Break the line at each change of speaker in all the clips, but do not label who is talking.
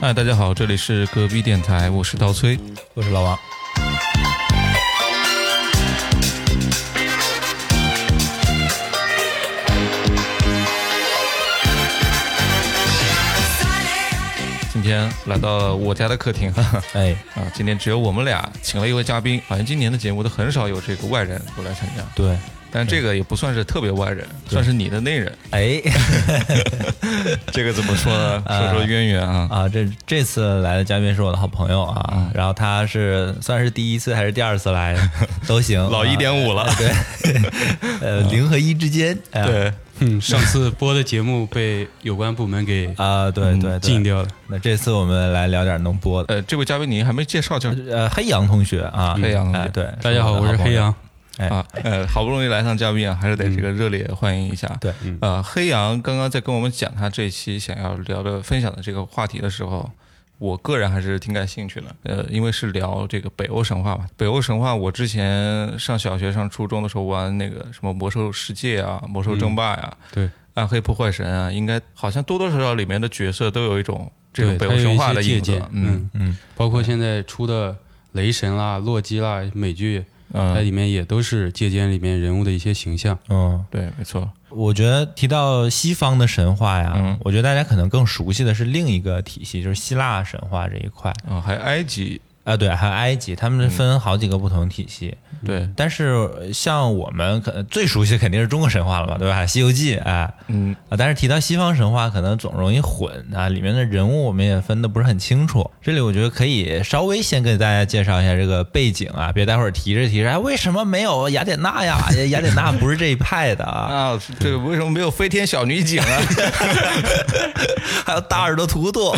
嗨，哎大家好，这里是隔壁电台，我是刀崔。
我是老王。
今天来到了我家的客厅，哈哈
哎，
啊，今天只有我们俩，请了一位嘉宾。好像今年的节目都很少有这个外人过来参加，
对，
但这个也不算是特别外人，
对
算是你的内人。
哎
这个怎么说呢？说说渊源 啊，
啊，这这次来的嘉宾是我的好朋友啊，
嗯
然后他是算是第一次还是第二次来都行，啊
老一点五了。
对，呃，零和一之间，哎呀
对，
嗯，上次播的节目被有关部门给
啊，对对对，
禁掉了。
那这次我们来聊点能播的，
呃，这位嘉宾您还没介绍就
呃，黑羊同学啊，
黑羊同学
哎对，
大家好，
的
我是
朋
黑
友，
羊。
哎
啊，呃，好不容易来上嘉宾啊，还是得这个热烈欢迎一下。
对，
呃，黑羊刚刚在跟我们讲他这一期想要聊的、分享的这个话题的时候，我个人还是挺感兴趣的。呃，因为是聊这个北欧神话嘛，北欧神话，我之前上小学、上初中的时候玩那个什么《魔兽世界》啊，《魔兽争霸》呀，
嗯对，
暗黑破坏神》啊，应该好像多多少少里面的角色都有一种这种
对，
北
它
欧
有
神话
一
的
些借
影子
鉴。。
嗯
嗯，
嗯
包括现在出的雷神啦、洛基啦美剧，它
嗯，
里面也都是借鉴里面人物的一些形象。
嗯。
对，没错，
我觉得提到西方的神话呀，
嗯
我觉得大家可能更熟悉的是另一个体系，就是希腊神话这一块
啊，还有埃及，
啊，对，还有埃及，他们是分好几个不同体系。
嗯
对，
但是呃像我们可最熟悉肯定是中国神话了吧，对吧？《西游记》哎
嗯，
啊，但是提到西方神话，可能总容易混啊，里面的人物我们也分的不是很清楚。这里我觉得可以稍微先给大家介绍一下这个背景啊，别待会儿提着提着，哎，为什么没有雅典娜呀？ 雅典娜不是这一派 的啊。
啊，这个为什么没有飞天小女警啊？
还有大耳朵图图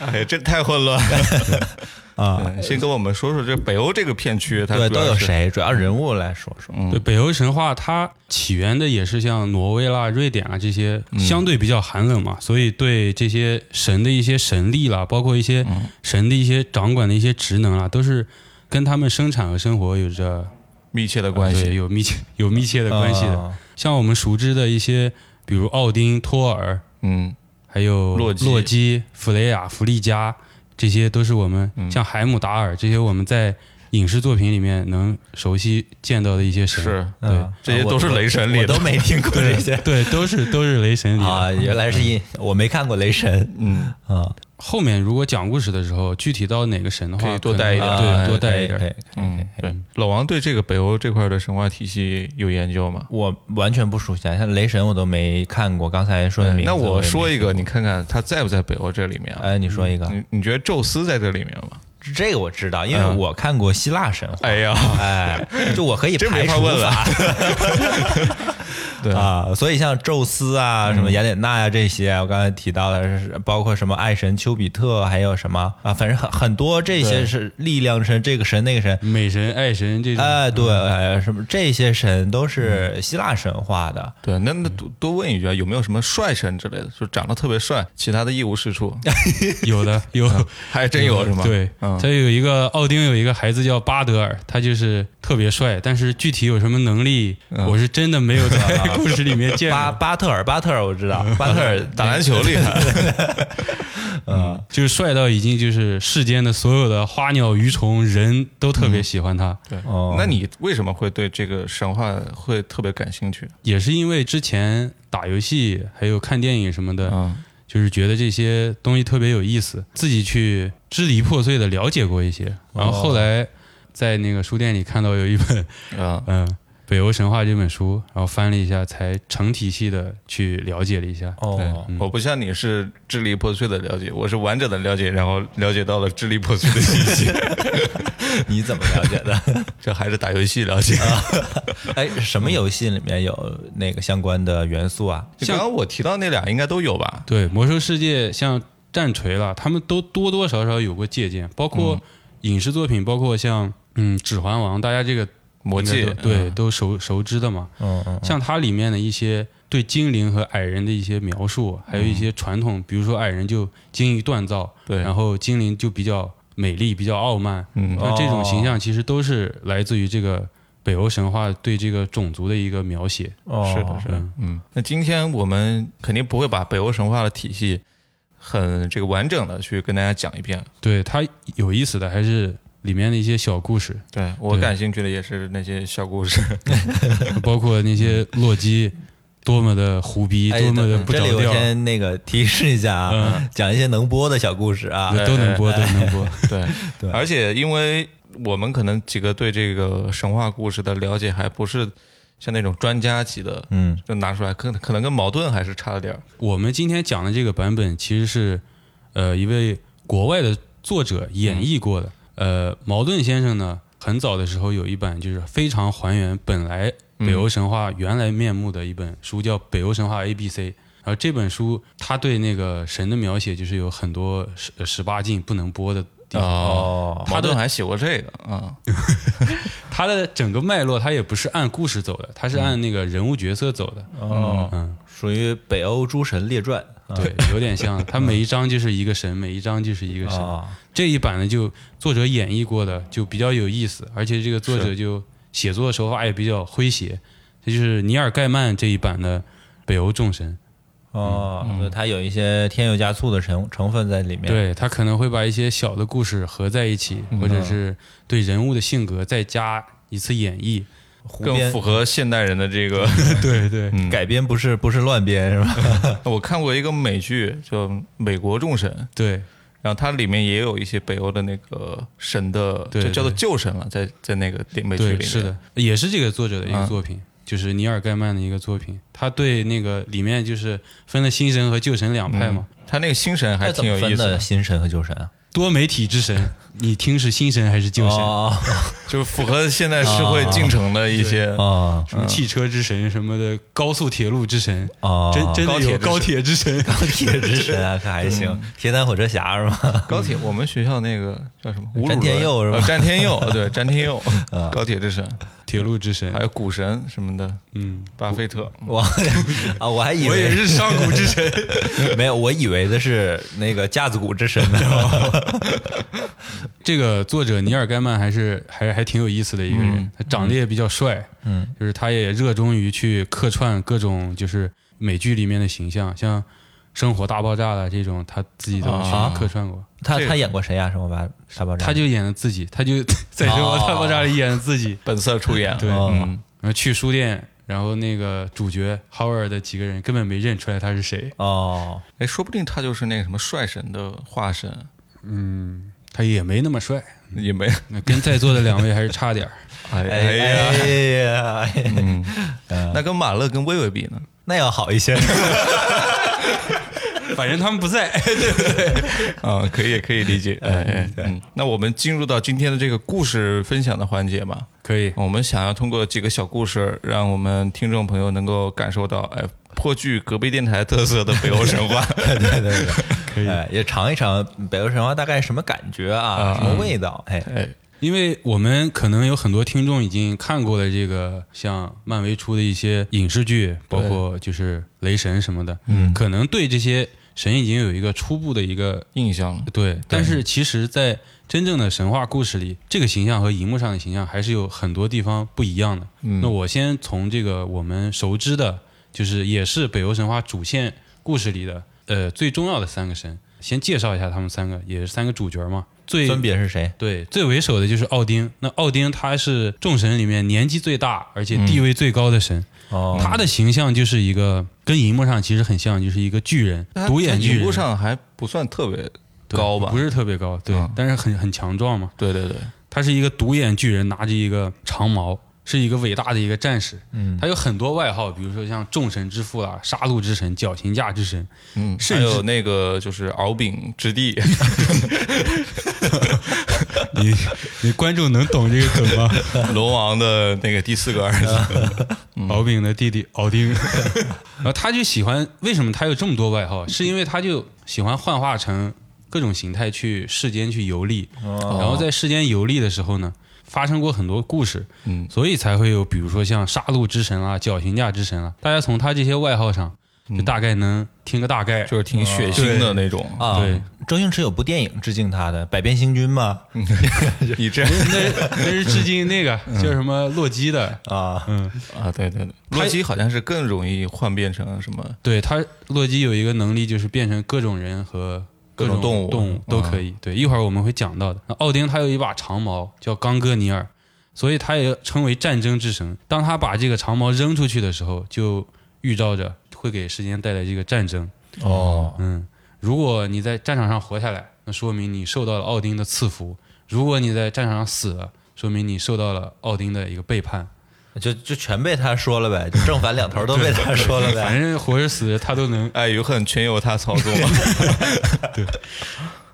哎，这太混乱了。
啊，
对哎先跟我们说说这北欧这个片区，它
对，
主要
都有
是？
谁？主要人物来说说。
嗯
对，北欧神话它起源的也是像挪威啦、瑞典啊这些相对比较寒冷嘛，所以对这些神的一些神力啦，包括一些神的一些掌管的一些职能啦，啊都是跟他们生产和生活有着
密切的关
对
系。
有密切有密切的关系的。
啊
像我们熟知的一些，比如奥丁、托尔，
嗯，
还有
洛基
洛基、弗雷亚、弗利加，这些都是我们、
嗯
像海姆达尔这些我们在影视作品里面能熟悉见到的一些神。
是，
对
啊
这些
我
都是雷神里
我
的
都没听过这 些
对，都是 都是雷神里的。
啊。原来是因我没看过雷神
嗯，
啊，
后面如果讲故事的时候，具体到哪个神的话，
可以多
能
带一点
啊
对，多带一。
可以
点。
可以
嗯，对。老王对这个北欧这块的神话体系有研究吗？
我完全不熟悉，啊，像雷神我都没看过。刚才说的名字，
哎那我说
一，
一个，你看看他在不在北欧这里面啊？
哎，你说一个，
你你觉得宙斯在这里面吗？
这个我知道，因为
嗯
我看过希腊神 话。
哎呀，
哎，就我可以
真没
排
法
除
问了
法
对
啊，所以像宙斯啊、什么雅典娜呀、这些，我刚才提到的，是包括什么爱神丘比特，还有什么啊，反正很很多这些
对
是力量神，这个神那个
哎
神，
美神、爱神这种，
哎，对，哎，什么这些神都是希腊神话的。
对，那那多多问一句啊，有没有什么帅神之类的，就长得特别帅，其他的一无是处？
有的有，
还真有是吗？
对，
嗯
他有一个奥丁有一个孩子叫巴德尔，他就是特别帅，但是具体有什么能力，我是真的没有在故事里面见
巴
过。
巴特尔，巴特尔我知道，巴特 尔
打篮球厉害，
就是帅到已经就是世间的所有的花鸟鱼虫人都特别喜欢他，
对
哦，
那你为什么会对这个神话会特别感兴趣？
也是因为之前打游戏还有看电影什么的，
嗯
就是觉得这些东西特别有意思，自己去支离破碎的了解过一些，然后后来在那个书店里看到有一本
啊，
嗯，《北欧神话》这本书，然后翻了一下，才成体系的去了解了一下。
哦，
对，我不像你是支离破碎的了解，我是完整的了解，然后了解到了支离破碎的信息，
你怎么了解 的？
这还是打游戏了解。
哎，什么游戏里面有那个相关的元素啊？
就刚刚我提到那俩应该都有吧？
对，《魔兽世界》像战锤啦，他们都多多少少有过借鉴，包
嗯
括影视作品，包括像嗯《指环王》，大家这个
魔
应
戒
该都对
嗯
都熟熟知的嘛。
嗯嗯，
像它里面的一些对精灵和矮人的一些描述，还有一些传统，比如说矮人就精于锻造，
嗯对
然后精灵就比较美丽、比较傲慢，
嗯
那这
哦
种形象其实都是来自于这个北欧神话对这个种族的一个描写。
哦
是的，是的
嗯，
嗯。那今天我们肯定不会把北欧神话的体系很这个完整的去跟大家讲一遍。
对它有意思的还是里面的一些小故事，
对我
对
感兴趣的也是那些小故事，
包括 那些洛基多么的胡逼，
哎
多么的不
这
着
里我
调，
先那个提示一下啊，讲一些能播的小故事啊。
都能播，都能播。
对，
对
而且因为我们可能几个对这个神话故事的了解还不是像那种专家级的，
嗯，
就拿出来，可可能跟矛盾还是差了点儿。
我们今天讲的这个版本其实是，呃，一位国外的作者演绎过的。呃，茅盾先生呢，很早的时候有一版就是非常还原本来北欧神话原来面目的一本书，叫《北欧神话 A B C》。然后这本书，他对那个神的描写就是有很多十呃十八禁不能播的地
啊
方。
哦，
矛盾还写过这个啊，
他的整个脉络，他也不是按故事走的，他是按那个人物角色走的。
哦，
嗯，
属于北欧诸神列传。啊
对，有点像。他每一章就是一个神，每一章就是一个神。
哦，
这一版呢，就作者演绎过的就比较有意思，而且这个作者就写作手法也哎比较诙谐。这就是尼尔盖曼这一版的北欧众神，
哦，那它有一些添油加醋的成成分在里面。，
对他可能会把一些小的故事合在一起，或者是对人物的性格再加一次演绎。
胡
更
编
符合现代人的这 个。
对对，
嗯
改编不是不是乱编是吧？
我看过一个美剧叫《美国众神》，
对
然后它里面也有一些北欧的那个神的，
对
就叫做
对
旧神了，在在那个美剧里
对，
面
是的，，也是这个作者的一个
啊
作品，就是尼尔盖曼的一个作品。他对那个里面就是分了新神和旧神两派嘛，
他嗯那个新神还
那怎
挺有
么
意
分
思
的
的，
新神和旧神啊？
多媒体之神，你听是新神还是旧神？
哦
就是符合现代社
啊
会进程的一些
哦
什么汽车之神，什么的高速铁路之神，
哦，
真真的有
高
高铁之神。
钢铁之神啊，可还行，
嗯
铁胆火车侠是吧？
高铁。我们学校那个叫什么？吴
詹
汝
天
伦
佑是吧啊
呃詹天佑，对，詹天 佑，高铁之神，
铁路之神
还，有股神什么的，
嗯，
巴菲特。
我啊，我还以
我
为
也是上古之神。
没有，我以为的是那个架子鼓之神 呢。
这个作者尼尔盖曼还是还还挺有意思的一个人，他长得也比较帅，嗯，就是他也热衷于去客串各种就是美剧里面的形象，像《生活大爆炸》的这种，他自己都去
啊
客串过。
他
这个
他演过谁啊呀？什么吧？大爆炸？
他就演了自己，他就 在《生活大爆炸》里演了自己，
本色出演，
对
哦
嗯，
然后去书店，然后那个主角 Howard 的几个人根本没认出来他是谁。
哦，
哎，说不定他就是那个什么帅神的化身，
嗯，他也没那么帅，
也没，
那跟在座的两位还是差点儿。
哎
哎
哎呀，
呀，
嗯，那跟马勒跟薇薇比呢？
那要好一些。
反正他们不在。
啊，可以可以理解，哎哎，嗯，那我们进入到今天的这个故事分享的环节吧。
可以，
我们想要通过几个小故事，让我们听众朋友能够感受到，哎，颇具隔壁电台特色的北欧神 话。
对对对，
可以
哎，也尝一尝北欧神话大概什么感觉啊？什么
嗯
味道？哎，
哎，
因为我们可能有很多听众已经看过了这个像漫威出的一些影视剧，包括就是雷神什么的，嗯，可能对这些神已经有一个初步的一个
印象
对，但是其实，在真正的神话故事里，这个形象和荧幕上的形象还是有很多地方不一样的。
嗯
那我先从这个我们熟知的，就是也是北欧神话主线故事里的，呃，最重要的三个神，先介绍一下他们三个，也是三个主角嘛。最
分别是谁？
对最为首的就是奥丁，那奥丁他是众神里面年纪最大，而
嗯
且地位最高的神，
哦，
他的形象就是一个跟荧幕上其实很像，就是一个巨人，独眼巨
荧幕
人。
上还不算特别
对
高吧？
不，是特别高，对，
嗯
但是很很强壮嘛。
对对对，
他是一个独眼巨人，拿着一个长矛，是一个伟大的一个战士。
嗯
他有很多外号，比如说像众神之父啦、杀戮之神、绞刑架之神，
嗯，
甚
还有
至
那个就是敖丙之地，
你你观众能懂这个梗吗？
龙王的那个第四个儿子，
敖丙的弟弟敖丁，然后他就喜欢，为什么他有这么多外号？是因为他就喜欢幻化成各种形态去世间去游历，然后在世间游历的时候呢，发生过很多故事，
嗯
所以才会有比如说像杀戮之神啊、绞刑架之神啊，大家从他这些外号上就大概能听个大概。
嗯就是挺血腥的那种。
啊
对，
周星驰有部电影致敬他的《百变星君》嘛，
你这样
那那是致敬那个
嗯
叫什么洛基的，
啊，
嗯，
啊，对对对，
他
洛基好像是更容易幻变成什么？
对他洛基有一个能力就是变成各种人和
各种动物
动
嗯
动物都可以。对，一会儿我们会讲到的。那奥丁他有一把长矛叫冈戈尼尔，所以他也称为战争之神。当他把这个长矛扔出去的时候，就预兆着会给世间带来这个战争。
哦，
嗯，如果你在战场上活下来，那说明你受到了奥丁的赐福；如果你在战场上死了，说明你受到了奥丁的一个背叛。
就就全被他说了呗，正反两头都被他说了呗。
反正活着死着他都能。
爱与恨哎全由他操 纵。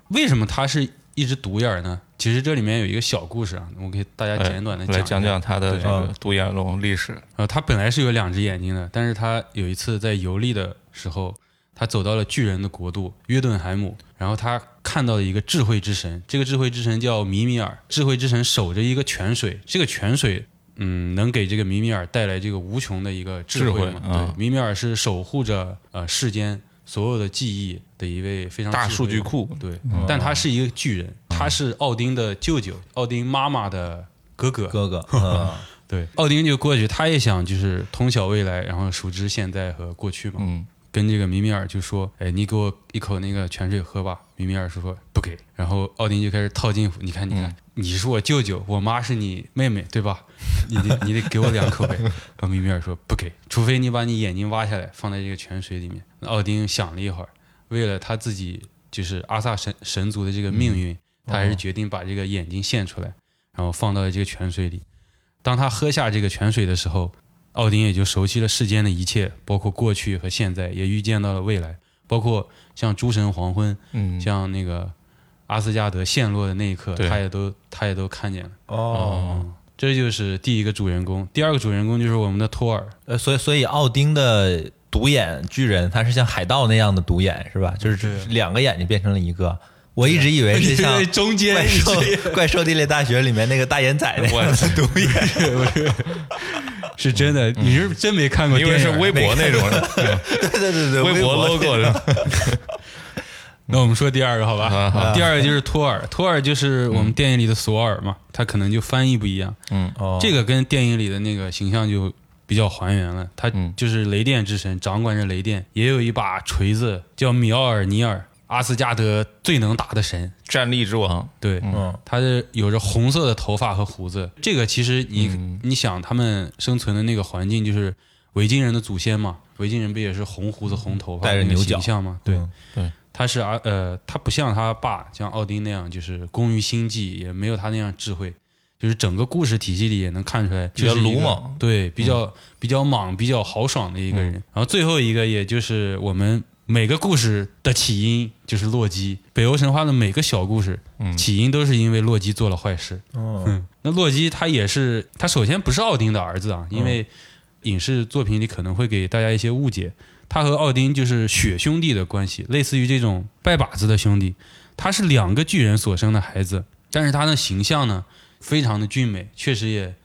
为什么他是一只独眼儿呢？其实这里面有一个小故事啊，我给大家
哎
简短的
来讲
一下。
讲他的这个独眼龙历史。
呃，他本来是有两只眼睛的，但是他有一次在游历的时候，他走到了巨人的国度约顿海姆，然后他看到了一个智慧之神，这个智慧之神叫米米尔，智慧之神守着一个泉水，这个泉水。嗯，能给这个米米尔带来这个无穷的一个智慧嘛？
智慧啊
对，米米尔是守护着呃世间所有的记忆的一位非常
大
智
数
慧
据
的
库嗯
对，但他是一个巨人，他是奥丁的舅舅，奥丁妈妈的哥哥。
哥哥，嗯
对，奥丁就过去，他也想就是通晓未来，然后熟知现在和过去嘛。
嗯，
跟这个米米尔就说：“哎，你给我一口那个泉水喝吧。”米米尔是说不给，然后奥丁就开始套近乎。你看，你看，
嗯
你是我舅舅，我妈是你妹妹，对吧？你得你得给我两口呗。然后米米尔说不给，除非你把你眼睛挖下来放在这个泉水里面。奥丁想了一会儿，为了他自己就是阿萨神神族的这个命运，他还是决定把这个眼睛献出来，然后放到了这个泉水里。当他喝下这个泉水的时候，奥丁也就熟悉了世间的一切，包括过去和现在，也预见到了未来，包括像诸神黄昏，
嗯
像那个阿斯加德陷落的那一刻，
对
他也都他也都看见了。
哦，
嗯，这就是第一个主人公，第二个主人公就是我们的托尔。
呃，所以所以奥丁的独眼巨人，他是像海盗那样的独眼是吧？就是两个眼睛变成了一个。我一直以
哎
为是像
中间
怪
一
兽
只
怪兽地雷大学里面那个大眼仔那样的独眼，
是真的，你是真没看过
因
电
嗯
影
为
啊？
是微博嗯那种的，
对对对对，
微
博
博 logo 的。
那我们说第二个好吧？
啊
啊
好好
第二个就是托尔，托尔就是我们电影里的索尔嘛，他可能就翻译不一样。
嗯，
哦
这个跟电影里的那个形象就比较还原了。他
嗯
就是雷电之神，掌管着雷电，也有一把锤子叫米奥尔尼尔，阿斯加德最能打的神。
战力之王。
对，
嗯
他是有着红色的头发和胡子。这个其实你、你想，他们生存的那个环境就是维京人的祖先嘛，维京人不也是红胡子、红头发
戴着牛角
那个形象吗？对。
嗯
他是啊，呃，他不像他爸像奥丁那样，就是工于心计，也没有他那样智慧。就是整个故事体系里也能看出来，
比较
就是一个
鲁莽，
对，比较、比较莽，比较豪爽的一个人。然后最后一个，也就是我们每个故事的起因就是洛基。北欧神话的每个小故事，
嗯
起因都是因为洛基做了坏事。
嗯
嗯，那洛基他也是，他首先不是奥丁的儿子啊，
嗯
因为影视作品里可能会给大家一些误解，他和奥丁就是血兄弟的关系，类似于这种拜把子的兄弟。他是两个巨人所生的孩子，但是他的形象呢，非常的俊美，确实也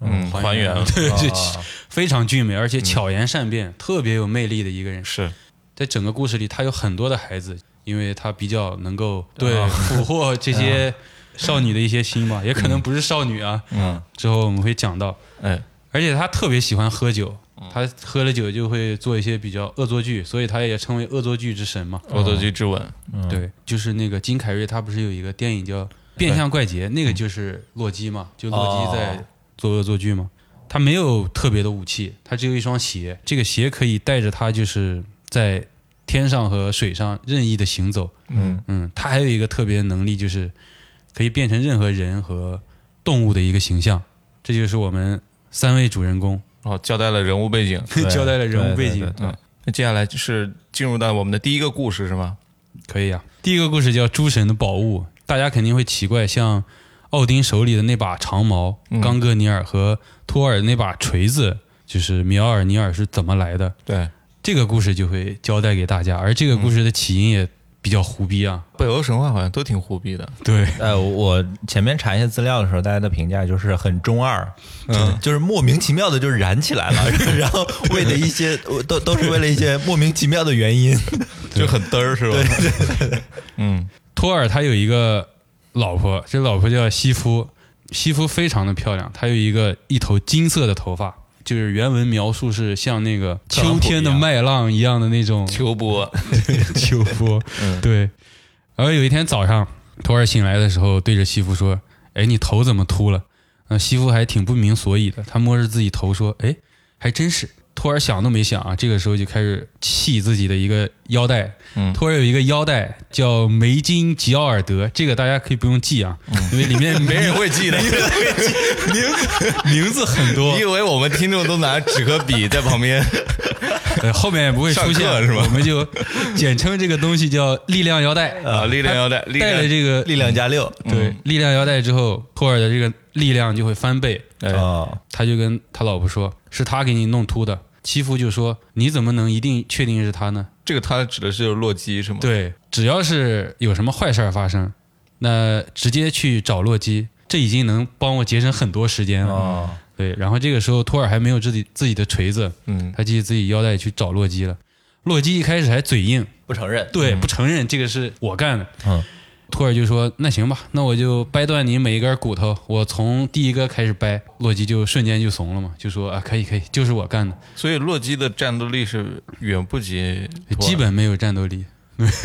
嗯，还原嗯了。
对，就
啊
非常俊美，而且巧言善辩，特别有魅力的一个人。
是，
在整个故事里，他有很多的孩子，因为他比较能够对俘获这些少女的一些心嘛，也可能不是少女啊。
嗯，
之后我们会讲到，
哎，嗯
而且他特别喜欢喝酒，他喝了酒就会做一些比较恶作剧，所以他也称为恶作剧之神嘛。
哦恶作剧之吻。
嗯
对，就是那个金凯瑞，他不是有一个电影叫《变相怪杰》，
嗯
那个就是洛基嘛，就洛
哦
基在做恶作剧嘛。他没有特别的武器，他只有一双鞋，这个鞋可以带着他就是在天上和水上任意的行走。
嗯
嗯，他还有一个特别的能力，就是可以变成任何人和动物的一个形象。这就是我们三位主人公
哦，交代了人物背
嗯
景。
对
交代了人物背景，
对对对
嗯，那接下来就是进入到我们的第一个故事是吗？
可以啊。第一个故事叫《诸神的宝物》，大家肯定会奇怪，像奥丁手里的那把长矛、
嗯
冈戈尼尔和托尔那把锤子，就是米奥尔尼尔是怎么来的？
对，
这个故事就会交代给大家，而这个故事的起因也比较胡逼啊。
北欧神话好像都挺胡逼的，
嗯对，
呃，我前面查一些资料的时候，大家的评价就是很中二，嗯，就是莫名其妙的就燃起来了，然后为了一些都都是为了一些莫名其妙的原因，
就很嘚儿是吧？
托尔他有一个老婆，这老婆叫西夫，西夫非常的漂亮，她有一个一头金色的头发，就是原文描述是像那个
特朗
秋
普
天的
一样
麦浪一样的那种
秋波，
秋波，
嗯
对。然后有一天早上，托尔醒来的时候，对着西夫说：“哎，你头怎么秃了？”那西夫还挺不明所以的，他摸着自己头说：“哎，还真是。”托尔想都没想啊，这个时候就开始系自己的一个腰带。
嗯
托尔有一个腰带叫梅金吉奥尔德，这个大家可以不用记啊，
嗯
因为 里面没人
会记得。
名字很多
你以，为我们听众都拿纸和笔在旁 边？
呃后面也不会出
上课
现，
是吧
我们就简称这个东西叫力量腰带。
啊，力量腰带，力
带了
量
这个
力量加六，
对，力量腰带之后，托尔的这个力量就会翻倍。
哎
哦，
他就跟他老婆说：“是他给你弄秃的。”妻夫就说：“你怎么能一定确定是他呢
这个他指的是洛基是吗？”，
对，只要是有什么坏事儿发生，那直接去找洛基，这已经能帮我节省很多时间了。
哦，
啊
对，然后这个时候托尔还没有自己自己的锤子，
嗯，
他系自己腰带去找洛基了。洛基一开始还嘴硬，
不承认，
嗯
对，不承认这个是我干的。
嗯，
托尔就说：“那行吧，那我就掰断你每一根骨头，我从第一个开始掰。”洛基就瞬间就怂了嘛，就说：“啊，可以可以，就是我干的，
所以洛基的战斗力是远不及托尔，
基本没有战斗力。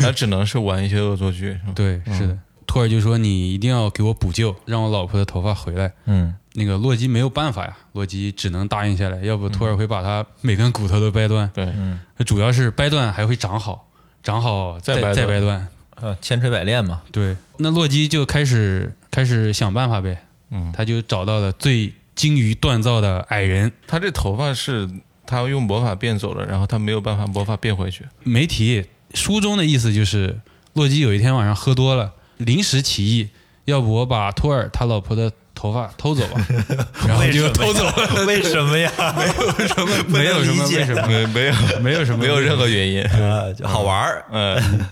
他只能是玩一些恶作剧，是”吗？
对，是的。托尔就说：“你一定要给我补救，让我老婆的头发回来。
嗯，”
那个洛基没有办法呀，洛基只能答应下来，要不托尔会把他每根骨头都掰断。
对，
主要是掰断还会长好，长好
再
再
掰断
再掰断。
呃，千锤百炼嘛，
对，那洛基就开始开始想办法呗，
嗯，
他就找到了最精于锻造的矮人
他这头发是他用魔法变走了，然后他没有办法魔法变回去。
媒体。书中的意思就是，洛基有一天晚上喝多了，临时起意，要不我把托尔他老婆的头发偷走吧，然后就偷走了，
了， 为什么呀？
没有什么
不能理解
为什么，
没没有
没有什 么，
没有任何原因，
呃，就好玩儿，
嗯，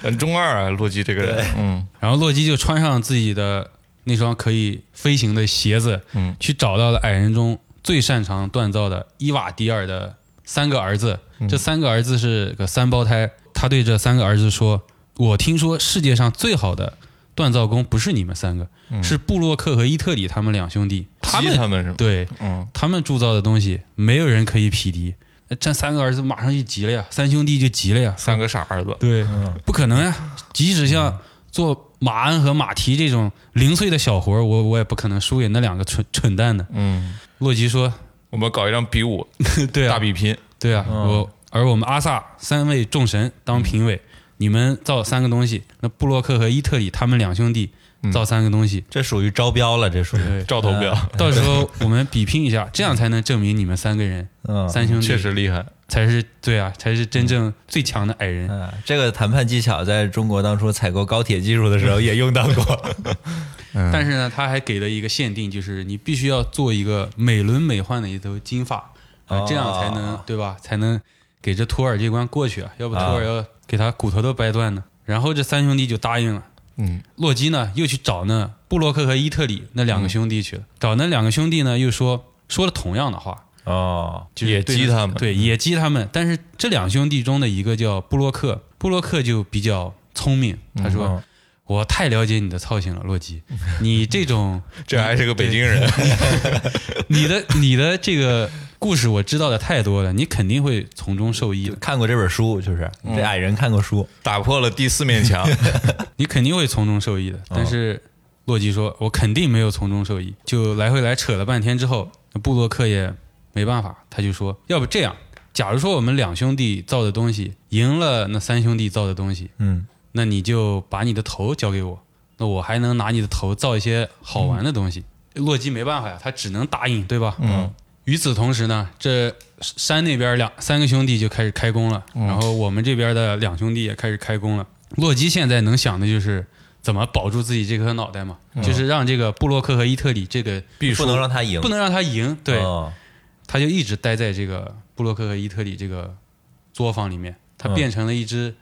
很中二啊，洛基这个人，嗯
然后洛基就穿上自己的那双可以飞行的鞋子，
嗯，
去找到了矮人中最擅长锻造的伊瓦迪尔的三个儿子。
嗯
这三个儿子是个三胞胎。他对这三个儿子说：“我听说世界上最好的锻造工不是你们三个，是布洛克和伊特里他们两兄弟。他
激
们
嗯他们是吗？
对
嗯，
他们铸造的东西，没有人可以匹敌。”那这三个儿子马上就急了呀，三兄弟就急了呀，
三个傻儿子，
对，
嗯
不可能呀！啊即使像做马鞍和马蹄这种零碎的小活儿，我我也不可能输给那两个蠢蠢蛋的。
嗯，
洛基说
我们搞一张比武，：“
对
大
啊，
比嗯拼，
对啊，我而我们阿萨三位众神当评委，
嗯
你们造三个东西，那布洛克和伊特里他们两兄弟
嗯
造三个东西，
这属于招标了，这属于，
对，
照投标，
到时候我们比拼一下，这样才能证明你们三个人
嗯，
三兄弟
确实厉害，
才是对啊，才是真正最强的矮人。
嗯，这个谈判技巧在中国当初采购高铁技术的时候也用到过。
嗯
但是呢，他还给了一个限定，就是你必须要做一个美轮美奂的一头金发，啊
哦，
这样才能对吧？才能给这托尔这关过去啊，要不托尔要给他骨头都掰断呢。然后这三兄弟就答应了。
嗯，
洛基呢又去找那布洛克和伊特里那两个兄弟去
嗯
了，找那两个兄弟呢又说说了同样的话，
哦，
就是
也
对
激
那
他们嗯
对，也激他们。但是这两兄弟中的一个叫布洛克，布洛克就比较聪明，他说。
哦
嗯
我太了解你的操性了，洛基。你这种，
这还是个北京人，
你的你的这个故事我知道的太多了，你肯定会从中受益
就
的，
看过这本书，就是
嗯
这矮人看过书，
打破了第四面墙，
你肯定会从中受益的。但是洛基说，我肯定没有从中受益，就来回来扯了半天之后，布洛克也没办法，他就说，要不这样，假如说我们两兄弟造的东西赢了那三兄弟造的东西，
嗯，
那你就把你的头交给我，那我还能拿你的头造一些好玩的东西。洛基没办法呀，他只能答应，对吧？
嗯。
与此同时呢，这山那边两三个兄弟就开始开工了，然后我们这边的两兄弟也开始开工了。洛基现在能想的就是怎么保住自己这颗脑袋嘛，就是让这个布洛克和伊特里这个
必输
不，能让他赢，
不能让他赢，对，
哦
他就一直待在这个布洛克和伊特里这个作坊里面，他
嗯
变成了一只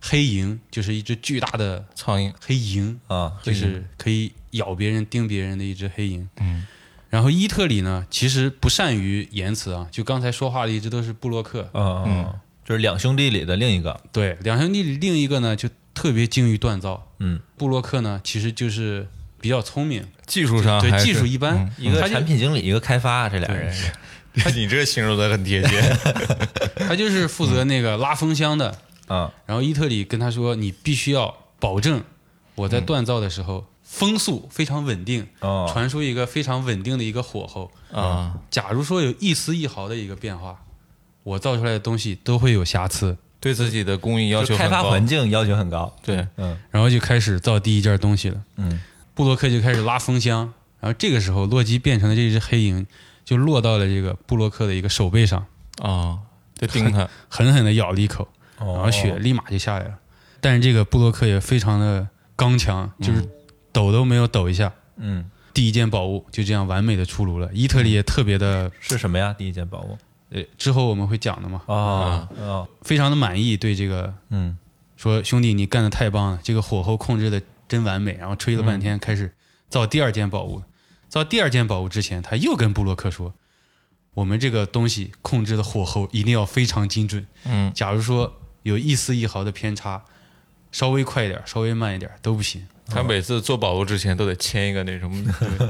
黑蝇就是一只巨大的
苍蝇，
黑蝇，
啊，
就是可以咬别人、叮别人的一只黑蝇。
嗯，
然后伊特里呢，其实不善于言辞啊，就刚才说话的一直都是布洛克。
嗯嗯，就是两兄弟里的另一个，
对，两兄弟里另一个呢，就特别精于锻造。
嗯，
布洛克呢，其实就是比较聪明，
技术上
对
啊还是嗯
技术 一般，
一个
他就
产品经理，一个开发，这俩人是，
你这形容的很贴切。
他就是负责那个拉风箱的。
嗯
然后伊特里跟他说：“你必须要保证我在锻造的时候风速非常稳定，
哦，
传输一个非常稳定的一个火候。
啊，
假如说有一丝一毫的一个变化，我造出来的东西都会有瑕疵。
对自己的工艺要
就
求
开
很
发
高。
环境要求很高，
对，
嗯”
然后就开始造第一件东西了。
嗯，
布洛克就开始拉风箱，然后这个时候洛基变成了这只黑蝇，就落到了这个布洛克的一个手背上，
啊，就盯 他，
狠狠地咬了一口，然
然
后血立马就下来了。但是这个布洛克也非常的刚强，就是抖都没有抖一下。
嗯
第一件宝物就这样完美的出炉了。伊特里也特别的，
是什么呀？第一件宝物
呃，之后我们会讲的嘛，
哦哦
非常的满意，对这个
嗯
说兄弟你干的太棒了，这个火候控制的真完美。然后吹了半天，开始造第二件宝物。造第二件宝物之前，他又跟布洛克说，我们这个东西控制的火候一定要非常精准。
嗯，
假如说有一丝一毫的偏差，稍微快一点，稍微慢一点都不行。
他每次做宝物之前都得签一个那什 么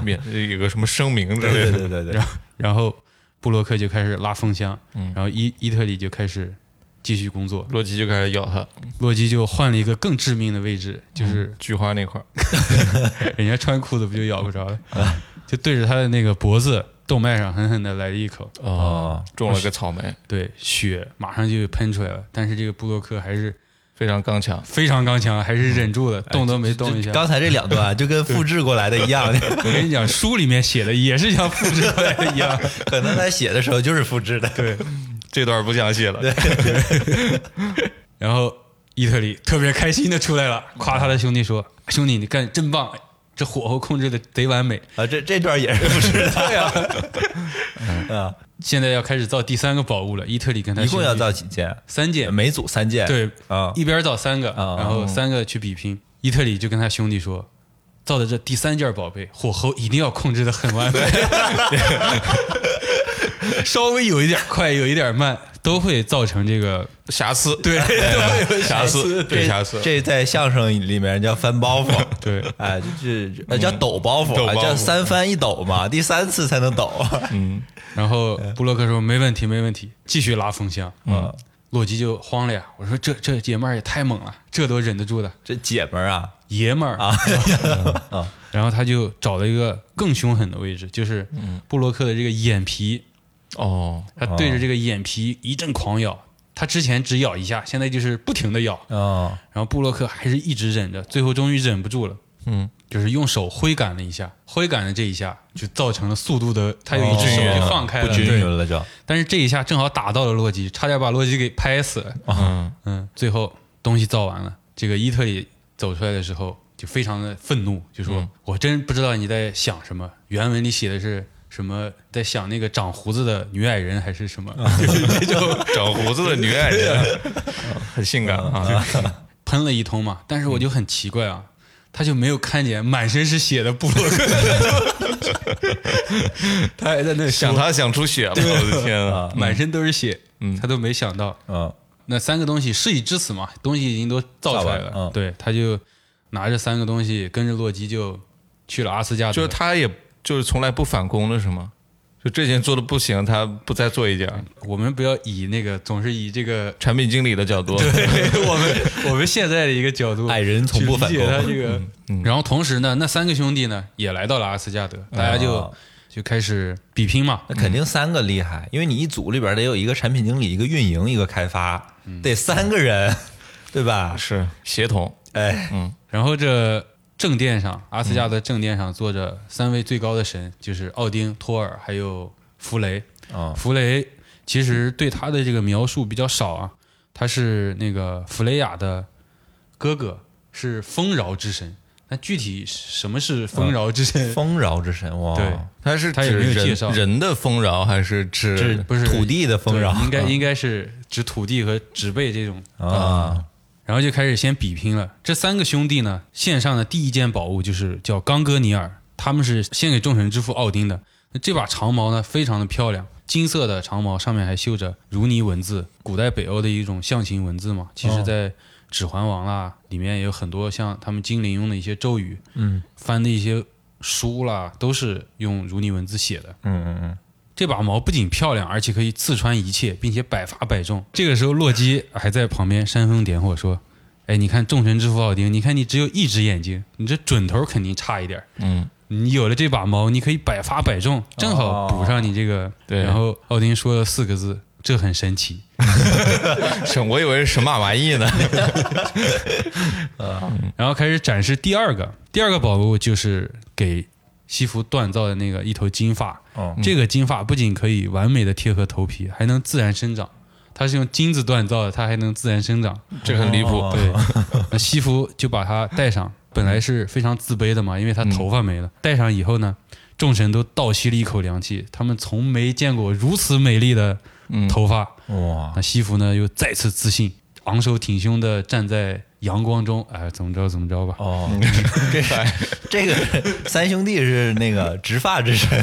免有个什么声明之类
对
的。
对对对，
然后布洛克就开始拉风箱，
嗯
然后伊伊特里就开始继续工作，
洛基就开始咬他，
洛基就换了一个更致命的位置，就是
菊花那块儿，
人家穿裤子不就咬不着了， 就对着他的那个脖子动脉上狠狠的来了一口，
啊
哦，
中了个草莓，
对，血马上就喷出来了。但是这个布洛克还是
非常刚强。
非常刚强，还是忍住了，动都没动一下。
刚才嗯哎这两段啊就跟复制过来的一样，
我跟你讲，书里面写的也是像复制过来的一样，
可能他写的时候就是复制的，对，
这段不详细了。
然后伊特里特别开心的出来了，夸他的兄弟说：“兄弟，你干得真棒，这火候控制的贼完美。
啊，这这段也是复制的， 对啊，
现在要开始造第三个宝物了。”伊特里跟他
嗯，一共
兄
要
弟
造嗯几件？
三件，
每组三件，
对，
啊，
一边造三个，
啊
然后三个去比拼。伊特里就跟他兄弟说。造的这第三件宝贝，火候一定要控制的很完美， 稍微有一点快，有一点慢，都会造成这个哎
瑕疵，
对
瑕疵，对
这
瑕疵，
这在相声里面叫翻包 袱。
对
哎，这这呃叫抖包袱嗯
抖
啊，
包袱
叫三翻一抖嘛，第三次才能抖。
然后布洛克说：“没问题，没问题，继续拉风箱。”
嗯，
洛基就慌了呀！我说这这姐们儿也太猛了，这都忍得住的
这姐们儿啊，
爷们儿啊！ 然后他就找了一个更凶狠的位置，就是
嗯
布洛克的这个眼皮，
哦，
他对
啊
着这个眼皮一阵狂咬。他之前只咬一下，现在就是不停的咬。
哦，
然后布洛克还是一直忍着，最后终于忍不住了，
嗯，
就是用手挥赶了一下，挥赶的这一下就造成了速度的，他有一只手
哦
就放开了，
不均
对
匀了就，
但是这一下正好打到了洛基，差点把洛基给拍死了。
啊
嗯，
嗯，最后东西造完了，这个伊特里走出来的时候就非常的愤怒，就说：“
嗯
我真不知道你在想什么。”原文里写的是什么？在想那个长胡子的女矮人还是什么？就是这种
长胡子的女矮人，很性感啊，
喷了一通嘛。但
嗯
是我就很奇怪啊，他就没有看见满身是血的布 洛克，他还在那
想
说，
他想出血了，我的天啊！
满身都是血，他都没想到。
嗯，
那三个东西事已至此嘛，东西已经都造出
造
来了。
完了嗯
对，他就拿着三个东西跟着洛基就去了阿斯加德。
就是他也就是从来不返工的是吗？就这件做的不行，他不再做一件。
我们不要以那个总是以 这个
产品经理的角度，
我们我们现在的一个角度，
矮人从不反嗯
去理解他
攻，
这个。然后同时呢，那三个兄弟呢也来到了阿斯加德，大家就
哦
就开始比拼嘛。
那肯定三个厉害，因为你一组里边得有一个产品经理、一个运营、一个开发，
嗯
得三个人， 对吧？
是协同，
哎，
然后这正殿上，阿斯加德正殿上坐着三位最高的神，就是奥丁、托尔还有弗雷。
哦
弗雷其实对他的这个描述比较少啊，他是那个弗雷亚的哥哥，是丰饶之神。那具体什么是丰饶之神？
丰饶之神哇，
对，
他是
他也没有
指
介
人
绍
人的丰饶还是
是
指
不是
土地的丰饶
对应该应该是指土地和植被这种。
啊，
然后就开始先比拼了。这三个兄弟呢，献上的第一件宝物就是叫冈哥尼尔，他们是献给众神之父奥丁的。那这把长矛呢，非常的漂亮，金色的长矛上面还绣着如泥文字，古代北欧的一种象形文字嘛。其实，在《指环王》啦，里面也有很多像他们精灵用的一些咒语，
嗯
翻的一些书啦，都是用如泥文字写的。
嗯嗯嗯，
这把矛不仅漂亮，而且可以刺穿一切，并且百发百中。这个时候，洛基还在旁边煽风点火说：“哎，你看众神之父奥丁，你看你只有一只眼睛，你这准头肯定差一点儿。
嗯，
你有了这把矛，你可以百发百中，正好补上你这个。
对
然后奥丁说了四个字：“这很神奇。
是我以为是神马玩意呢。
然后开始展示第二个，第二个宝物就是给西服锻造的那个一头金发。
哦
这个金发不仅可以完美的贴合头皮，还能自然生长。它是用金子锻造的，它还能自然生长。
这很离谱
哦
对， 那西服就把它戴上，本来是非常自卑的嘛，因为他头发
嗯
没了。戴上以后呢，众神都倒吸了一口凉气，他们从没见过如此美丽的
嗯
头发。
哇，
那西服呢，又再次自信，昂首挺胸的站在阳光中，哎，怎么着怎么着吧。
哦， 这这个三兄弟是那个直发之神，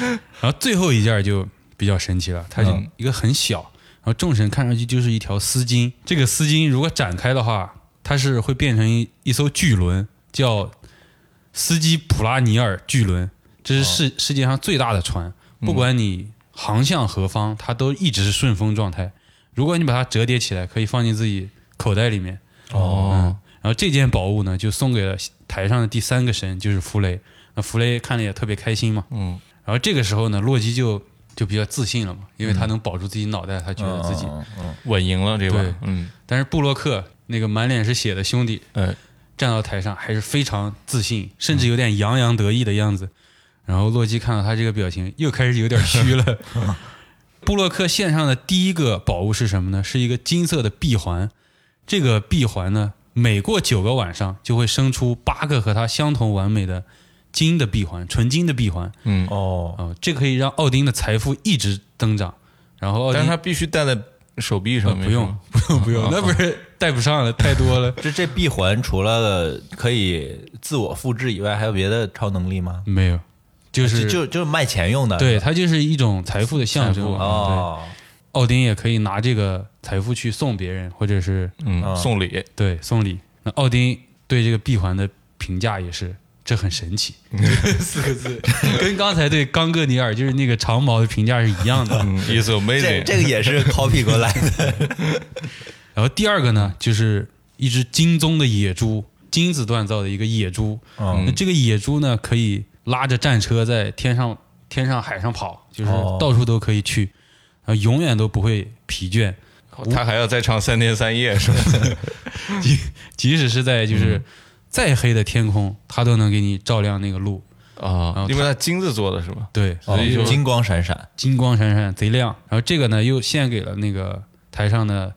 然后最后一件就比较神奇了，它就
嗯
一个很小，然后众神看上去就是一条丝巾。这个丝巾如果展开的话，它是会变成一一艘巨轮，叫斯基普拉尼尔巨轮，这是
哦
世、世界上最大的船，
嗯
不管你航向何方，它都一直是顺风状态。如果你把它折叠起来，可以放进自己口袋里面。嗯
哦，
然后这件宝物呢，就送给了台上的第三个神，就是弗雷。那弗雷看了也特别开心嘛，
嗯，
然后这个时候呢，洛基就就比较自信了嘛，因为他
嗯
能保住自己脑袋，他觉得 自己。
稳赢了这把
对，
嗯，
但是布洛克那个满脸是血的兄弟
呃，
站到台上还是非常自信，甚至有点洋洋得意的样子。然后洛基看到他这个表情，又开始有点 虚了。布洛克献上的第一个宝物是什么呢？是一个金色的闭环。这个闭环呢，每过九个晚上就会生出八个和它相同完美的金的闭环，纯金的闭环。
嗯，
哦，
啊、这可以让奥丁的财富一直增长。然后奥
但
丁
是他必须戴在手臂上
呃
面，
不用不用不 用，那不是带不上了，太多了。
这这闭环除了可以自我复制以外，还有别的超能力吗？
没有，就是
就就是卖钱用的，
对，它就是一种财富的象征
财富啊
嘛。
哦，
对，奥丁也可以拿这个财富去送别人，或者是
嗯，
啊
送礼，
对送礼。那奥丁对这个闭环的评价也是。这很神奇， 四个字， 跟刚才对冈格尼尔就是那个长毛的评价是一样的。
嗯，is
这
amazing，
这个也是 copy 过来的，
然后第二个呢，就是一只金棕的野猪，金子锻造的一个野猪。
嗯
那这个野猪呢，可以拉着战车在天上、天上、海上跑，就是
哦
到处都可以去，啊，永远都不会疲倦。
他还要再唱三天三夜是吧？
即使是在
嗯
就是再黑的天空，它都能给你照亮那个路。
啊，因为他金子做的是吧？
哦
对，
所哦以就
金光闪闪，
金光闪闪，贼亮。然后这个呢，又献给了那个台上的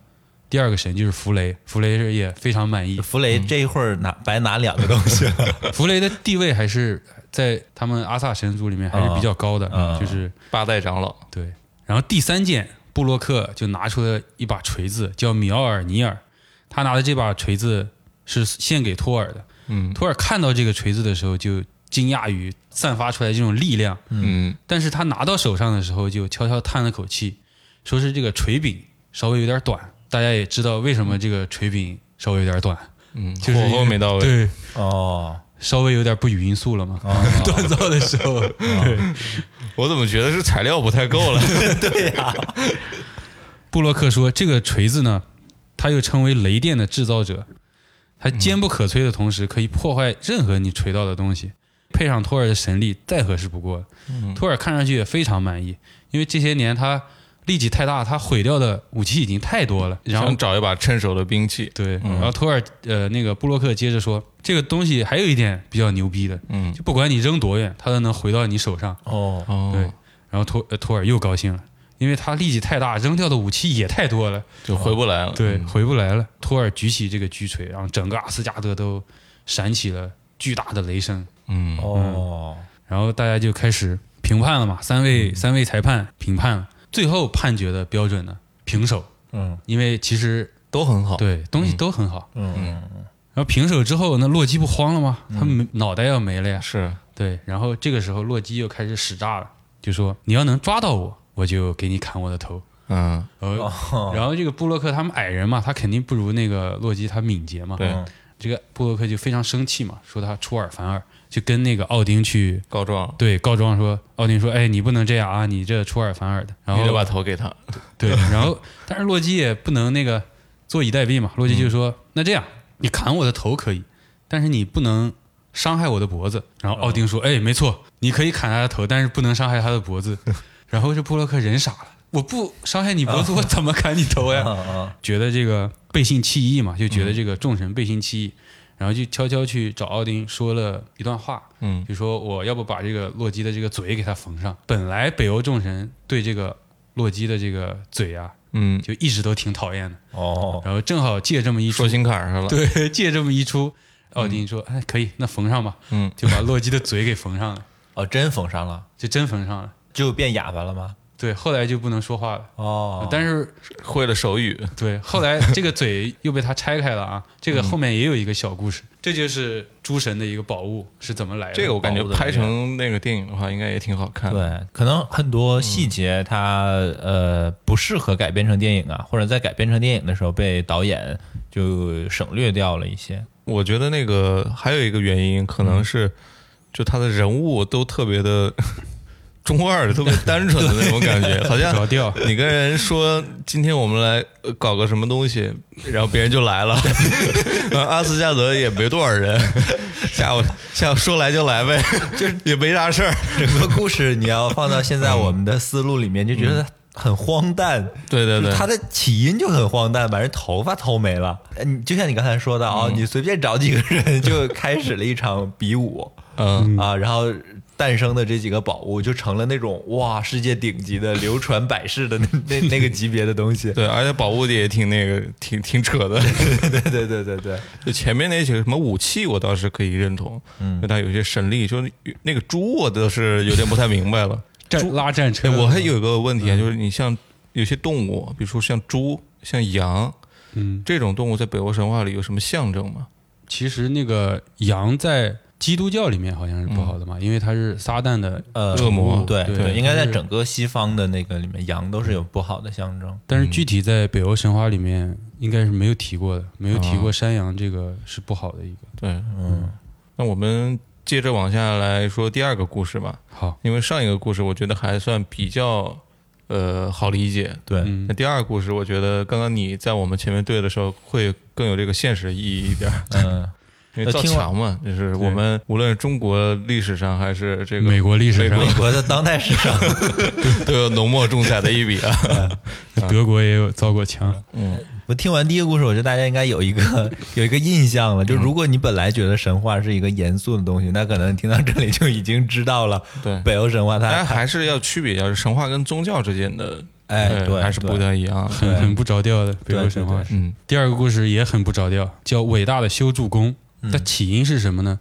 第二个神，就是弗雷。弗雷是也非常满意，
弗
嗯
雷这一会儿拿白拿两个东西了，
弗雷的地位还是在他们阿萨神族里面还是比较高的，
啊啊
就是
八代长老，
对。然后第三件，布洛克就拿出了一把锤子，叫米奥尔尼尔。他拿的这把锤子是献给托尔的。
嗯
托尔看到这个锤子的时候，就惊讶于散发出来这种力量，
嗯，
但是他拿到手上的时候，就悄悄叹了口气，说是这个锤柄稍微有点短。大家也知道为什么这个锤柄稍微有点短，
嗯，
就是
火
因
候
为
没到位，
对，
哦，
稍微有点不匀速了嘛。 锻造的时候，对，
我怎么觉得是材料不太够了？
布洛克说，这个锤子呢，它又称为雷电的制造者，它坚不可摧的同时，可以破坏任何你锤到的东西。配上托尔的神力，再合适不过了。托尔看上去也非常满意，因为这些年他力气太大，他毁掉的武器已经太多了。 然后
想找一把趁手的兵器，
对，然后托尔呃那个布洛克接着说，这个东西还有一点比较牛逼的，
嗯，
就不管你扔多远，它都能回到你手上。
哦，
哦，
对，然后托呃托尔又高兴了，因为他力气太大，扔掉的武器也太多了。
就回不来了，
对，回不来了。托尔举起这个巨锤，然后整个阿斯加德都闪起了巨大的雷声，
嗯，
哦，
然后大家就开始评判了嘛，三位、三位裁判评判了，最后判决的标准呢平手，
嗯，
因为其实
都很好。
对，东西都很好。
嗯，
然后平手之后，那洛基不慌了吗？他没脑袋要没了呀。
是，
对，然后这个时候洛基又开始使诈了，就说你要能抓到我，我就给你砍我的头。哦
嗯，
然后，
哦
然后这个布洛克他们矮人嘛，他肯定不如那个洛基他敏捷嘛。
嗯
嗯
对，
这个布洛克就非常生气嘛，说他出尔反尔，就跟那个奥丁去
告状，
对告状说，奥丁说，哎，你不能这样啊，你这出尔反尔的。然
你得把
后
头给他。
对，然后但是洛基也不能那个坐以待毙嘛，洛基就说，那这样你砍我的头可以，但是你不能。伤害我的脖子，然后奥丁说：“哎，没错，你可以砍他的头，但是不能伤害他的脖子。”然后这布洛克人傻了，我不伤害你脖
啊
子，我怎么砍你头呀？
嗯
觉得这个背信弃义嘛，就觉得这个众神背信弃义，然后就悄悄去找奥丁说了一段话，
嗯
就说我要不把这个洛基的这个嘴给他缝上。本来北欧众神对这个洛基的这个嘴啊，
嗯，
就一直都挺讨厌的，
哦，
然后正好借这么一出
说，心坎儿上了。
对， 借这么一出，奥丁说，哎，可以，那缝上吧，
嗯，
就把洛基的嘴给缝上了，
哦，真缝上了，
就真缝上了。
就变哑巴了吗？
对，后来就不能说话了。
呃
哦，
但是
会了手语，
对，后来这个嘴又被他拆开了啊，这个后面也有一个小故事，这就是诸神的一个宝物是怎么来的。
这个我感觉
保护的
拍成那个电影的话，应该也挺好看的。
对，可能很多细
嗯
节它、呃不适合改编成电影啊，或者在改编成电影的时候被导演就省略掉了一些。
我觉得那个还有一个原因，可能是就他的人物都特别的 中二，特别单纯的那种感 觉，好像
着调，
你跟人说今天我们来呃搞个什么东西，然后别人就来了。 呃阿斯加德也没多少人， 下午下午说来就来呗， 就是也没啥事儿。
整个故事你要放到现在我们的思路里面，就觉得很荒诞。
嗯对对对
就它的起因就很荒诞，把人头发偷没了。
嗯
呃你就像你刚才说的啊、你随便找几个人就开始了一场比武。
嗯
啊，然后诞生的这几个宝物就成了那种哇，世界顶级的流传百世的那 那那个级别的东西。
对，而且宝物的也挺那个，挺挺扯 的。
对对对对对，
就前面那些什么武器，我倒是可以认同，嗯，就他有些神力，就是那个猪，我倒是有点不太明白了。
战拉战车
哎，，我还有一个问
嗯
题啊，就是你像有些动物，比如说像猪、像羊
嗯，
这种动物，在北欧神话里有什么象征吗？
其实那个羊在基督教里面好像是不好的嘛，因为它是撒旦的
呃
恶魔
对
对
对，应该在
就是
整个西方的那个里面，羊都是有不好的象征。
但是具体在北欧神话里面应该是没有提过的，没有提过山羊这个是不好的一个。
对，嗯，那我们接着往下来说第二个故事吧，
好，
因为上一个故事我觉得还算比较呃好理解，
对，
嗯
那第二个故事我觉得刚刚你在我们前面对的时候会更有这个现实意义一点儿，
嗯，
因为
呃
造墙嘛，就是我们无论中国历史上还是这个
美国历史上
美
美国的当代史上，
都有浓墨重彩的一笔啊，
德国也有造过墙，
嗯，
我听完第一个故事，我觉得大家应该有 一个有一个印象了。就
嗯
如果你本来觉得神话是一个严肃的东西，那可能听到这里就已经知道了。
对。
北欧神话
但
它，
还是要区别一下，就是神话跟宗教之间的，
哎，
呃
对，
还是不太一样 的。
很很不着调的北
对
欧神话
对对
嗯
第二个故事也很不着调，叫《伟大的修筑工》。
嗯
它起因是什么呢？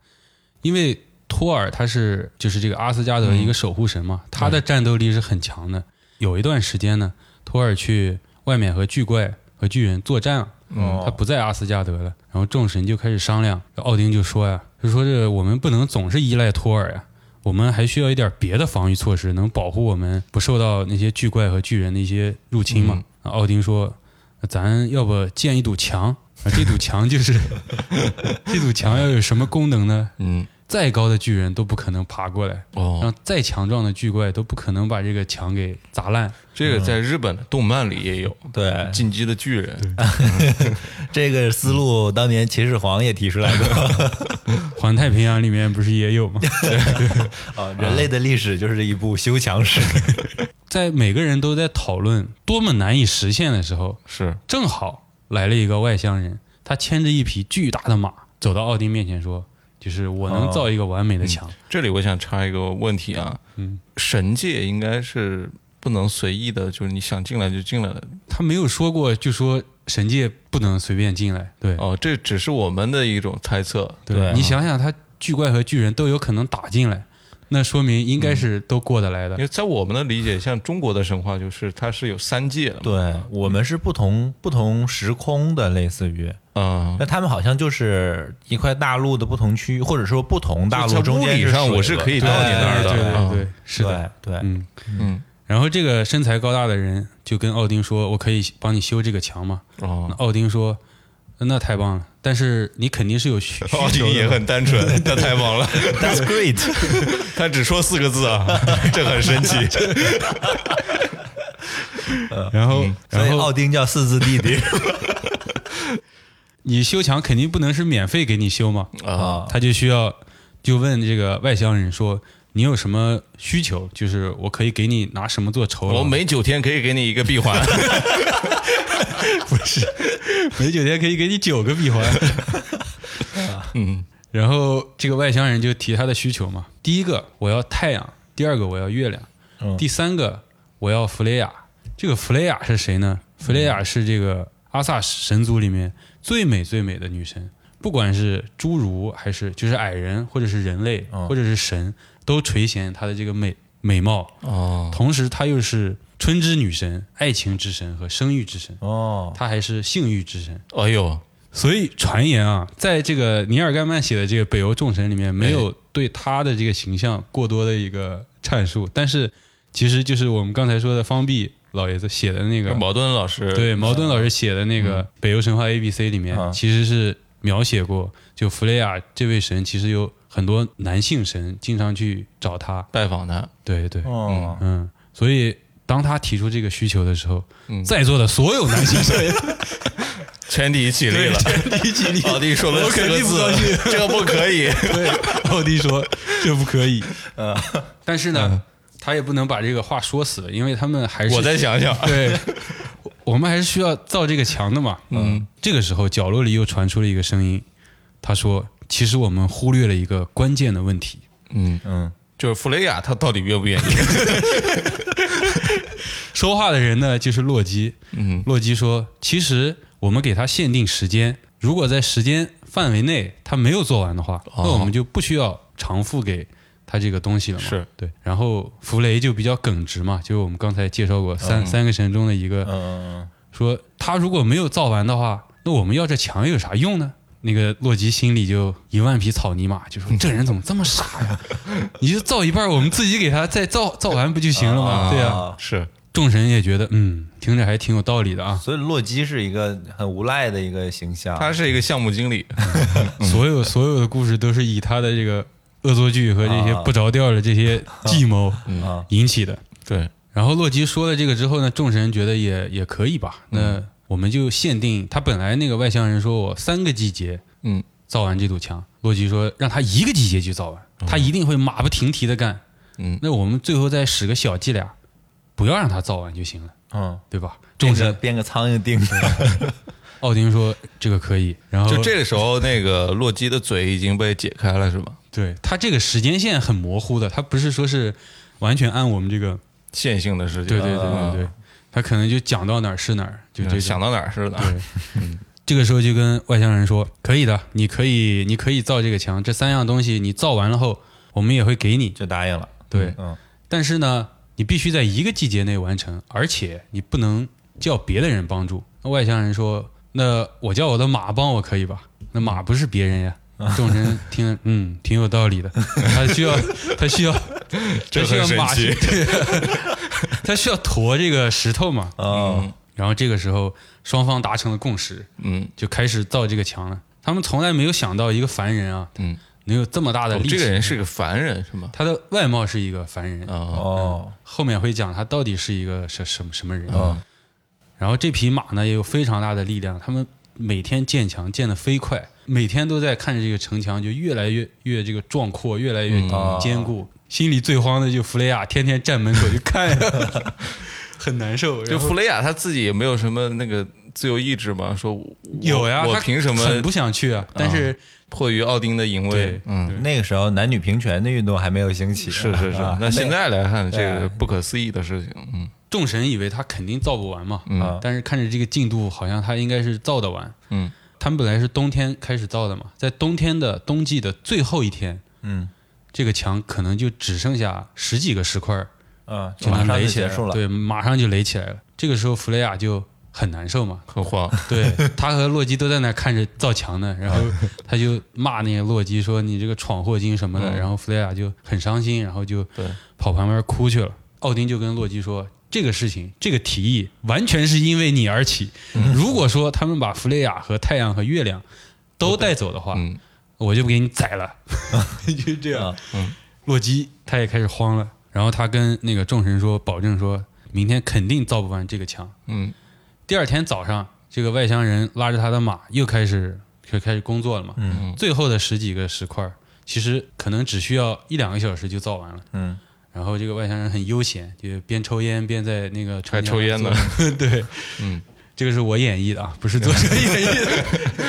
因为托尔他是就是这个阿斯加德的一个守护神嘛，他的战斗力是很强的。有一段时间呢，托尔去外面和巨怪和巨人作战了，啊
嗯
哦
他不在阿斯加德了。然后众神就开始商量，奥丁就说呀，就说这我们不能总是依赖托尔呀。我们还需要一点别的防御措施，能保护我们不受到那些巨怪和巨人的一些入侵嘛？奥丁说：“咱要不建一堵墙啊？这堵墙就是 这堵墙要有什么功能呢？
嗯，
再高的巨人都不可能爬过来，然
哦，
嗯
后再强壮的巨怪都不可能把这个墙给砸烂。
这个在日本的动漫里也有，
嗯对，
《进击的巨人》
这个思路当年秦始皇也提出来 过
环太平洋里面不是也有吗？
啊，人类的历史就是一部修 墙史。
在每个人都在讨论多么难以实现的时候，
是，
正好来了一个外乡人，他牵着一匹巨大的马走到奥丁面前说：“就是我能造一个完美的墙。
这里我想插一个问题啊，
嗯，
神界应该是不能随意的，就是你想进来就进来的
他没有说过，就说神界不能随便进来。对，
哦，这只是我们的一种猜测。
对
你想想，他巨怪和巨人都有可能打进来，那说明应该是都过得来的
因。为在我们的理解，像中国的神话就是它是有三界的嘛，
对我们是不同不同时空的，类似于，
嗯，
那他们好像就是一块大陆的不同区域，或者说不同大
就
陆
在
中
物
间
理
是
上
水
我是
的
可以
对
到你那儿的
哎对
啊
对对，是的，
对对，
嗯。
嗯
然后这个身材高大的人就跟奥丁说：“我可以帮你修这个墙吗？”
嗯
那
哦，
奥丁说：“那太棒了，但是你肯定是 有需需
奥
求
丁哦也
的。
很单纯， 他太棒了，
That's great，
他只说四个字啊， 这很神奇。
然后，
嗯
所以
然
奥
后
丁叫四字弟弟
你修墙肯定不能是免费给你修嘛，
啊，
他就需要就问这个外乡人说：“你有什么需求？就是我可以给你拿什么做酬劳？
我每九天可以给你一个闭 环，
每九天可以给你九个闭环。
嗯，
然后这个外乡人就提他的需求嘛，第一个我要太阳，第二个我要月亮，
嗯
第三个我要弗雷亚。这个弗雷亚是谁呢？弗雷亚是这个阿萨神族里面最美最美的女神，不管是侏儒还是就是矮人，或者是人类，
嗯
或者是神，都垂涎她的这个美美貌。
嗯
哦，
同时，她又是春之女神、爱情之神和生育之神，
哦，
她还是性欲之神。
哎呦，
所以传言啊，在这个尼尔盖曼写的这个北欧众神里面，没有对他的这个形象过多的一个阐述，但是其实就是我们刚才说的方碧老爷子写的那个，
矛盾老师，
对茅盾老师写的那个《北欧神话 A B C》里面
啊，
其实是描写过，就弗雷亚这位神其实有很多男性神经常去找他，
拜访他，
对对，
哦，
嗯，所以当他提出这个需求的时候，
嗯
在座的所有男性神
全体起立 了，全体起立。奥丁说了
我
四
肯
个
定不高
字，这不可以。
对，奥迪说这不可以，
呃
但是呢，他也不能把这个话说死，因为他们还
嗯
是
我再想想，
对，我们还是需要造这个墙的嘛。
嗯，
这个时候角落里又传出了一个声音，他说：“其实我们忽略了一个关键的问题，
嗯，
嗯，
就是弗雷亚他到底愿不愿意？
说话的人呢就是洛基。
嗯，
洛基说，其实我们给他限定时间，如果在时间范围内他没有做完的话，那
哦
我们就不需要偿付给他这个东西了嘛。
是
对。然后弗雷就比较耿直嘛，就是我们刚才介绍过三、三个神中的一个，
嗯，
说他如果没有造完的话，那我们要这墙有啥用呢？那个洛基心里就一万匹草泥马，就说这人怎么这么傻呀？你就造一半，我们自己给他再造造完不就行了吗？对呀、
啊
嗯是，
众神也觉得，嗯，听着还挺有道理的啊。
所以洛基是一个很无赖的一个形象，
他是一个项目经 理，嗯
所有所有的故事都是以他的这个恶作剧和这些
啊
不着调的这些计谋
嗯
啊
引起的。
对，
然后洛基说了这个之后呢，众神觉得也也可以吧，那
嗯
我们就限定他本来那个外乡人说我三个季节
嗯，
造完这堵墙，洛基说让他一个季节就造完，他一定会马不停蹄的干。
嗯，
那我们最后再使个小伎俩，不要让他造完就行了，
嗯，
对吧？
编
众
个
神
哎
编个苍蝇钉子，
奥丁说这个可以，然后
就这个时候，那个洛基的嘴已经被解开了，是吧？
对他这个时间线很模糊的，他不是说是完全按我们这个，
线性的事情，
对对
嗯
对对嗯对，他可能就讲到哪儿是哪儿，就
就
这
想
种。
到哪儿是哪儿。
对，这个时候就跟外乡人说，可以的，你可以，你可以造这个墙，这三样东西你造完了后，我们也会给 你。
就答应了，
对，
嗯，
但是呢，你必须在一个季节内完成，而且你不能叫别的人帮助。那外乡人说，那我叫我的马帮我可以吧？那马不是别人呀。众神听 了，嗯，挺有道理的。他需要，他需要，他
这
需
很
要马
神奇
去，对 他需要驮这个石头嘛。
哦，
然后这个时候，双方达成了共识，
嗯，
就开始造这个墙了。他们从来没有想到一个凡人啊，
嗯，
能有这么大的
哦
力气。
这个人是个凡人是吗？
他的外貌是一个凡人，
啊，
哦，
后面会讲他到底是一个什什么什么人。
哦
嗯
然后这匹马呢也有非常大的力量，他们每天建墙建得飞快，每天都在看着这个城墙就越来越越这个壮阔，越来越
嗯
坚固。心里最慌的就弗雷亚，天天站门口就 看，很难受。
就
然后
弗雷亚他自己也没有什么那个自由意志嘛，说我
有呀，
我
他
凭什么嗯
很不想去啊？但是
迫于奥丁的淫威
对？
嗯，
那个时候男女平权的运动还没有兴起，
是是是
啊。
那现在来看，这
对
哎
个不可思议的事情，嗯
众神以为他肯定造不完嘛，
嗯
啊
但是看着这个进度，好像他应该是造得完。
嗯，
他们本来是冬天开始造的嘛，在冬天的冬季的最后一天，
嗯，
这个墙可能就只剩下十几个石块儿，
嗯，
就
马
能
上
垒
就
起来
结束了。
对，马上就垒起来了。这个时候弗雷亚就很难受嘛，
很慌。
对他和洛基都在那看着造墙呢，然后他就骂那个洛基说你这个闯祸精什么的，
嗯
然后弗雷亚就很伤心，然后就
对
跑旁边哭去了。奥丁就跟洛基说。这个事情，这个提议完全是因为你而起。
嗯
如果说他们把弗雷亚和太阳和月亮都带走的话，
嗯，
我就不给你宰了， 啊就这样。
嗯
洛基他也开始慌了，然后他跟那个众神说，保证说明天肯定造不完这个墙。
嗯
第二天早上，这个外乡人拉着他的马又开始就开始工作了嘛。
嗯
最后的十几个石块儿，其实可能只需要一两个小时就造完了。
嗯，
然后这个外乡人很悠闲，就边抽烟边在那个
还抽烟呢
呢。对，
嗯，
这个是我演绎的啊，不是 作者演绎的，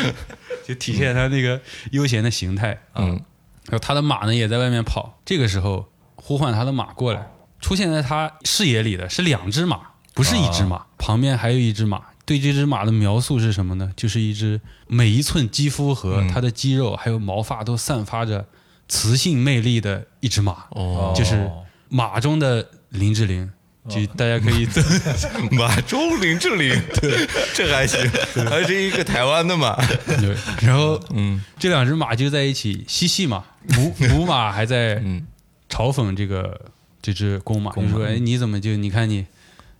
就体现他那个悠闲的形态。
嗯
然后他的马呢也在外面跑。这个时候呼唤他的马过来，出现在他视野里的是两只马，不是一只马，旁边还有一只马。对这只马的描述是什么呢？就是一只每一寸肌肤和它的肌肉还有毛发都散发着磁性魅力的一只马，
哦，
就是马中的林志玲。就大家可以 自
马周林志 玲，对， 这还行，还是一个台湾的 嘛。
对，然后
嗯
这两只马就在一起嬉戏嘛，母母马还在
嗯
嘲讽这个这只公马，就说：“哎，你怎么就你看你，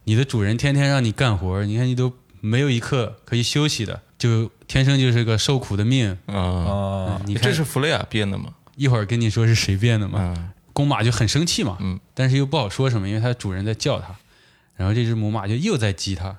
你的主人天天让你干活，你看你都没有一刻可以休息的，就天生就是个受苦的命。
啊，
哦，
你看
这是弗雷亚编的嘛？
一会儿跟你说是谁变的嘛。
啊，
公马就很生气嘛，
嗯
但是又不好说什么，因为它主人在叫它。然后这只母马就又在激它，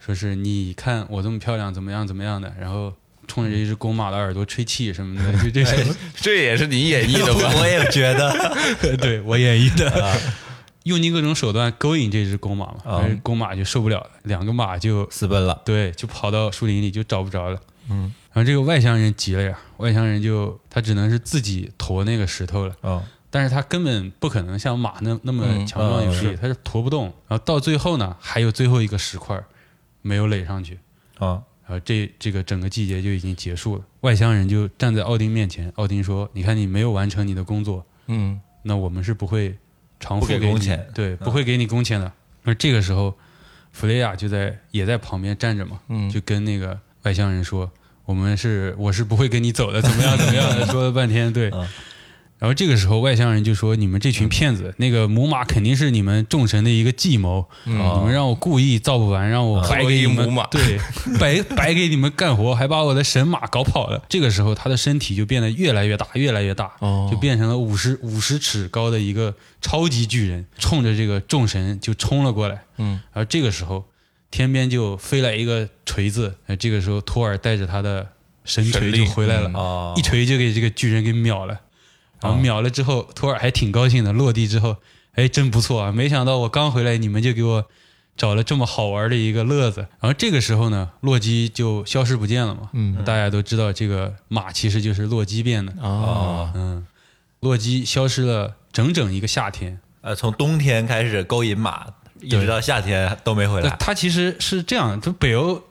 说是你看我这么漂亮，怎么样怎么样的，然后冲着这只公马的耳朵吹气什么的，就这些。
这也是你演绎的 吧？
我也觉得，
对我演绎的， 用尽各种手段勾引这只公马嘛，
啊
但是公马就受不了了，两个马就
私奔了。
对就跑到树林里就找不着了。嗯，然后这个外乡人急了呀，外乡人就他只能是自己驮那个石头了，
哦，
但是他根本不可能像马那那么
嗯
强壮有
啊
力，他是驮不动。然后到最后呢，还有最后一个石块儿没有垒上去，
哦，
然后这这个整个季节就已经结束了。外乡人就站在奥丁面前，奥丁说：“你看你没有完成你的工作，
嗯
那我们是不会偿付
不给
给你
工钱嗯
对，不会给你工钱的。那这个时候，弗雷亚就在也在旁边站着嘛，
嗯，
就跟那个外乡人说：“我们是我是不会跟你 走的，怎么样怎么样的？”说了半天，对。
嗯
然后这个时候，外乡人就说：“你们这群骗子，那个母马肯定是你们众神的一个计谋，
嗯
你们让我故意造不完，让我白给
特
你
意
们
母马
对，白白给你们干活，还把我的神马搞跑了。”这个时候，他的身体就变得越来越大，越来越大，
哦
就变成了五十五十尺高的一个超级巨人，冲着这个众神就冲了过来。
嗯
而这个时候，天边就飞来一个锤子，呃，这个时候托尔带着他的神锤
神
就
力
回来了，
嗯哦
哦
一，锤就给这个巨人给秒了。然后秒了之后，托尔还挺高兴的，落地之后，哎，真不错啊！没想到我刚回来，你们就给我找了这么好玩的一个乐子。然后这个时候呢，洛基就消失不见了嘛。
嗯
大家都知道，这个马其实就是洛基变的。
哦，
嗯，洛基消失了整整一个夏天。
呃，从冬天开始勾引马，一
对
直到夏天都没回
啊
那
来。
它其实是这样，就北欧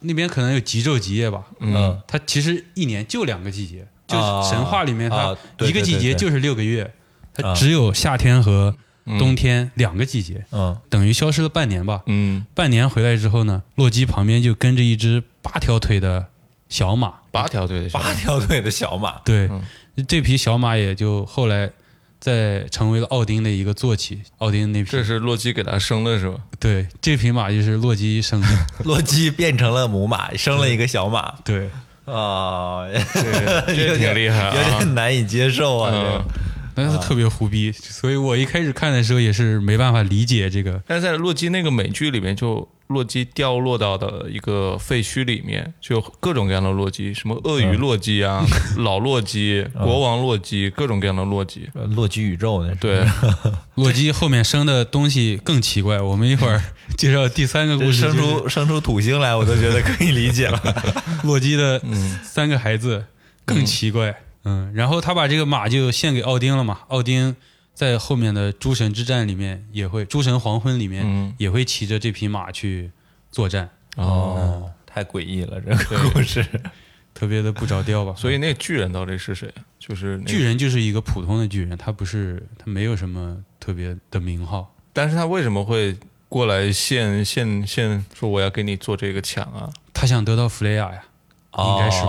那边可能有极昼极夜吧，
嗯，
它其实一年就两个季节，就
啊
是神话里面它
啊对
一个
对
季
对
节
对
就是六个月，它
啊
只有夏天和冬天两个季节，
嗯，
等于消失了半年吧。
嗯，
半年回来之后呢，洛基旁边就跟着一只八条腿的小马，
八条腿的小
八条腿的小马，
对，这匹小马也就后来在成为了奥丁的一个坐骑，奥丁那匹
这，是洛基给他生的是吧？
对，这匹马就是洛基生的，
洛基变成了母马，生了一个小马。
对。
啊，
这挺厉害
有
啊！
点难以接受啊。这个
嗯，
但
啊
是特别胡逼，所以我一开始看的时候也是没办法理解这个。
但是在洛基那个美剧里面，就洛基掉落到的一个废墟里面，就各种各样的洛基，什么鳄鱼洛基啊、 老洛基、国王洛基，各种各样的洛基。
呃洛基宇宙那是
对，
洛基后面生的东西更奇怪，我们一会儿介绍第三个故
这
事，
生
就是
出生出土星来，我都觉得可以理解了。
洛基的
嗯
三个孩子更奇怪。嗯，然后他把这个马就献给奥丁了嘛，奥丁在后面的诸神之战里面也会，诸神黄昏里面
嗯
也会骑着这匹马去作战。
哦，
哦，太诡异了，这个故事。
特别的不着调吧。嗯
所以那巨人到底是谁？就是那个
巨，人就是一个普通的巨人，他不是他没有什么特别的名号。
但是他为什么会过来献献献说我要给你做这个墙啊？
他想得到弗雷亚呀，应该是吧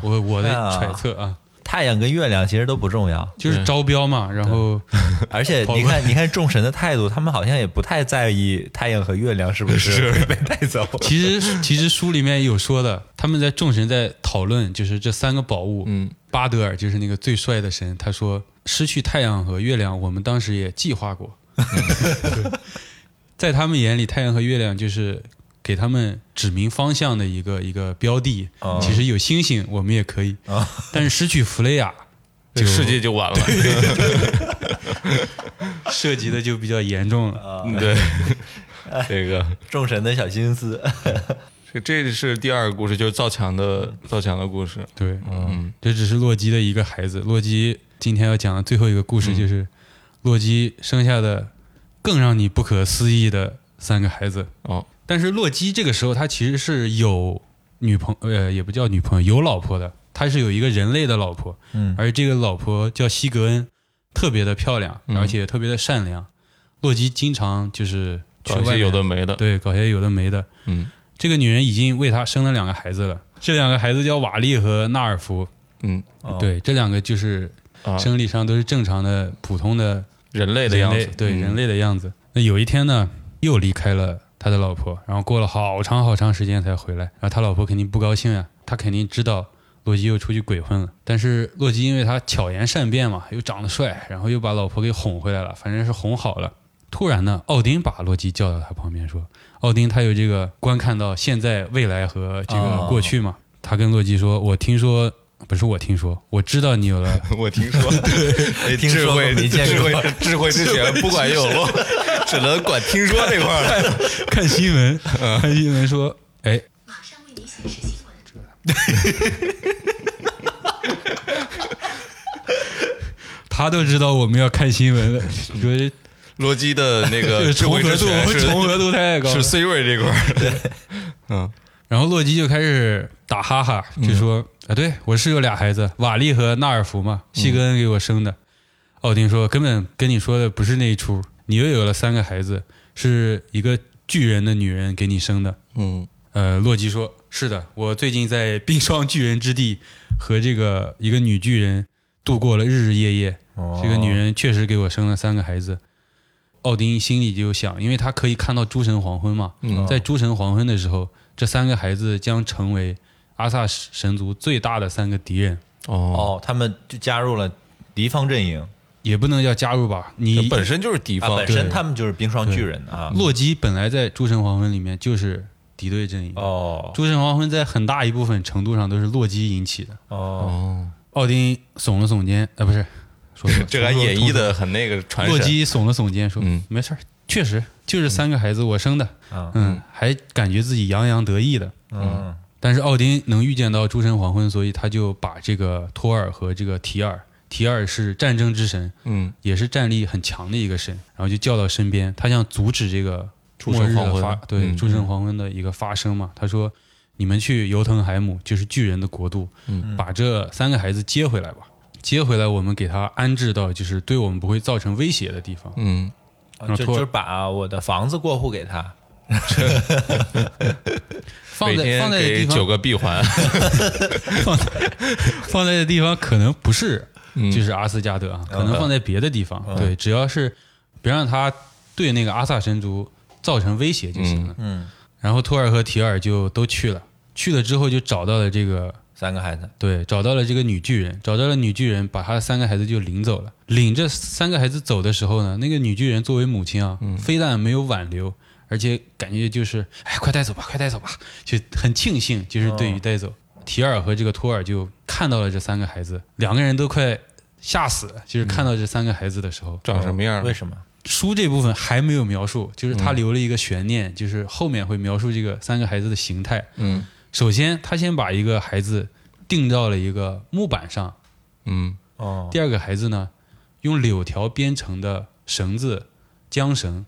哦，
我我的
啊
揣测啊，
太阳跟月亮其实都不重要，
就是招标嘛。然后
而且你看，你看众神的态度，他们好像也不太在意太阳和月亮是不是会被带走。
其实其实书里面有说的，他们在众神在讨论，就是这三个宝物，
嗯
巴德尔就是那个最帅的神，他说失去太阳和月亮，我们当时也计 划过。对在他们眼里，太阳和月亮就是给他们指明方向的一个一个标的。
哦
其实有星星，我们也可以，
哦
但是失去弗 雷亚，
这个世界就 完了。
涉及的就比较严重
哦
了。
嗯对， 这个
众神的小心思，
这 这是第二个故事，就是造墙的造墙的故事。
对，
嗯，
这只是洛基的一个孩子。洛基今天要讲的最后一个故
嗯
事就是，洛基生下的更让你不可思议的三个孩子。
哦，
但是洛基这个时候他其实是有女朋呃，也不叫女朋友，有老婆的。他是有一个人类的老婆，
嗯，
而这个老婆叫西格恩，特别的漂亮，
嗯
而且特别的善良。洛基经常就是去
搞一
外
些
面
有的没的。
对搞些有的没的。
嗯
这个女人已经为他生了两个孩子了，这两个孩子叫瓦利和纳尔福。
嗯
哦，
对，这两个就是
啊，
生理上都是正常的、普通的
人类的
人
样
类
子，，
对
嗯
人类的样子。那有一天呢，又离开了他的老婆，然后过了好长好长时间才回来。然后他老婆肯定不高兴啊，他肯定知道洛基又出去鬼混了。但是洛基因为他巧言善辩嘛，又长得帅，然后又把老婆给哄回来了，反正是哄好了。突然呢，奥丁把洛基叫到他旁边说：“奥丁，他有这个观看到现在、未来和这个
哦
过去嘛。他跟洛基说：“我听说，不是我听说，我知道你有了
我听说，哎
听说
智慧
没见
智
过
慧智慧之前不管 有无，只能管听说这块儿了。
看新闻， 看新闻说，哎，
马上为您显示新闻。
他都知道我们要看新闻了，你说这
罗基的那
这
个
个
智
重
慧
合
呃之
度
前是
重合度太高了
是 C 位这块儿，嗯
然后洛基就开始打哈哈，就说、啊，对我是有俩孩子，瓦利和纳尔福嘛，
嗯
西格恩给我生的。奥丁说，根本跟你说的不是那一出，你又有了三个孩子，是一个巨人的女人给你生的。
嗯
呃，洛基说：“是的，我最近在冰霜巨人之地和这个一个女巨人度过了日日夜夜。
哦
这个女人确实给我生了三个孩子。”奥丁心里就想，因为他可以看到诸神黄昏嘛，
嗯
在诸神黄昏的时候，这三个孩子将成为阿萨神族最大的三个敌人，
哦，
哦，他们就加入了敌方阵营，
也不能叫加入吧。
这
你
本身就是敌
啊，
方
本，身他们就是冰霜巨人啊。
洛基本来在诸神黄昏里面就是敌对阵营，
哦
诸神黄昏在很大一部分程度上都是洛基引起的。
哦，
哦，
奥丁耸了耸肩，呃，不是，说错 了
这还演绎的很那个传神
洛基耸了耸肩说：“
嗯
没事儿，确实就是三个孩子我生的，
啊
嗯，还感觉自己洋洋得意的。
嗯
但是奥丁能预见到诸神黄昏，所以他就把这个托尔和这个提尔，提尔是战争之神，
嗯
也是战力很强的一个神，然后就叫到身边，他想阻止这个
诸
末
神
日
黄
的
昏
发，对
嗯
诸神黄昏的一个发生嘛。他说：“你们去尤腾海姆，就是巨人的国度，
嗯
把这三个孩子接回来吧。接回来，我们给他安置到就是对我们不会造成威胁的地方。
嗯，
啊
那
就
托
就是把我的房子过户给他。
放
每
在
天
放在的
给
地
九
方，
个闭环，
放在放在的地方可能不是
嗯
就是阿斯加德啊，可能放在别的地方。
嗯
对，只要是别让他对那个阿萨神族造成威胁就行了。
嗯，
然后托尔和提尔就都去了，去了之后就找到了这个
三个孩子，
对，找到了这个女巨人，找到了女巨人，把她的三个孩子就领走了。领这三个孩子走的时候呢，那个女巨人作为母亲啊，非但没有挽留，而且感觉就是，哎，快带走吧，快带走吧，就很庆幸，就是对于带走。提尔和这个托尔就看到了这三个孩子，两个人都快吓死了，就是看到这三个孩子的时候，
长什么样
为？什么？
书这部分还没有描述，就是他留了一个悬念，就是后面会描述这个三个孩子的形态。
嗯
首先，他先把一个孩子钉到了一个木板上，
嗯
哦
第二个孩子呢，用柳条编成的绳子缰绳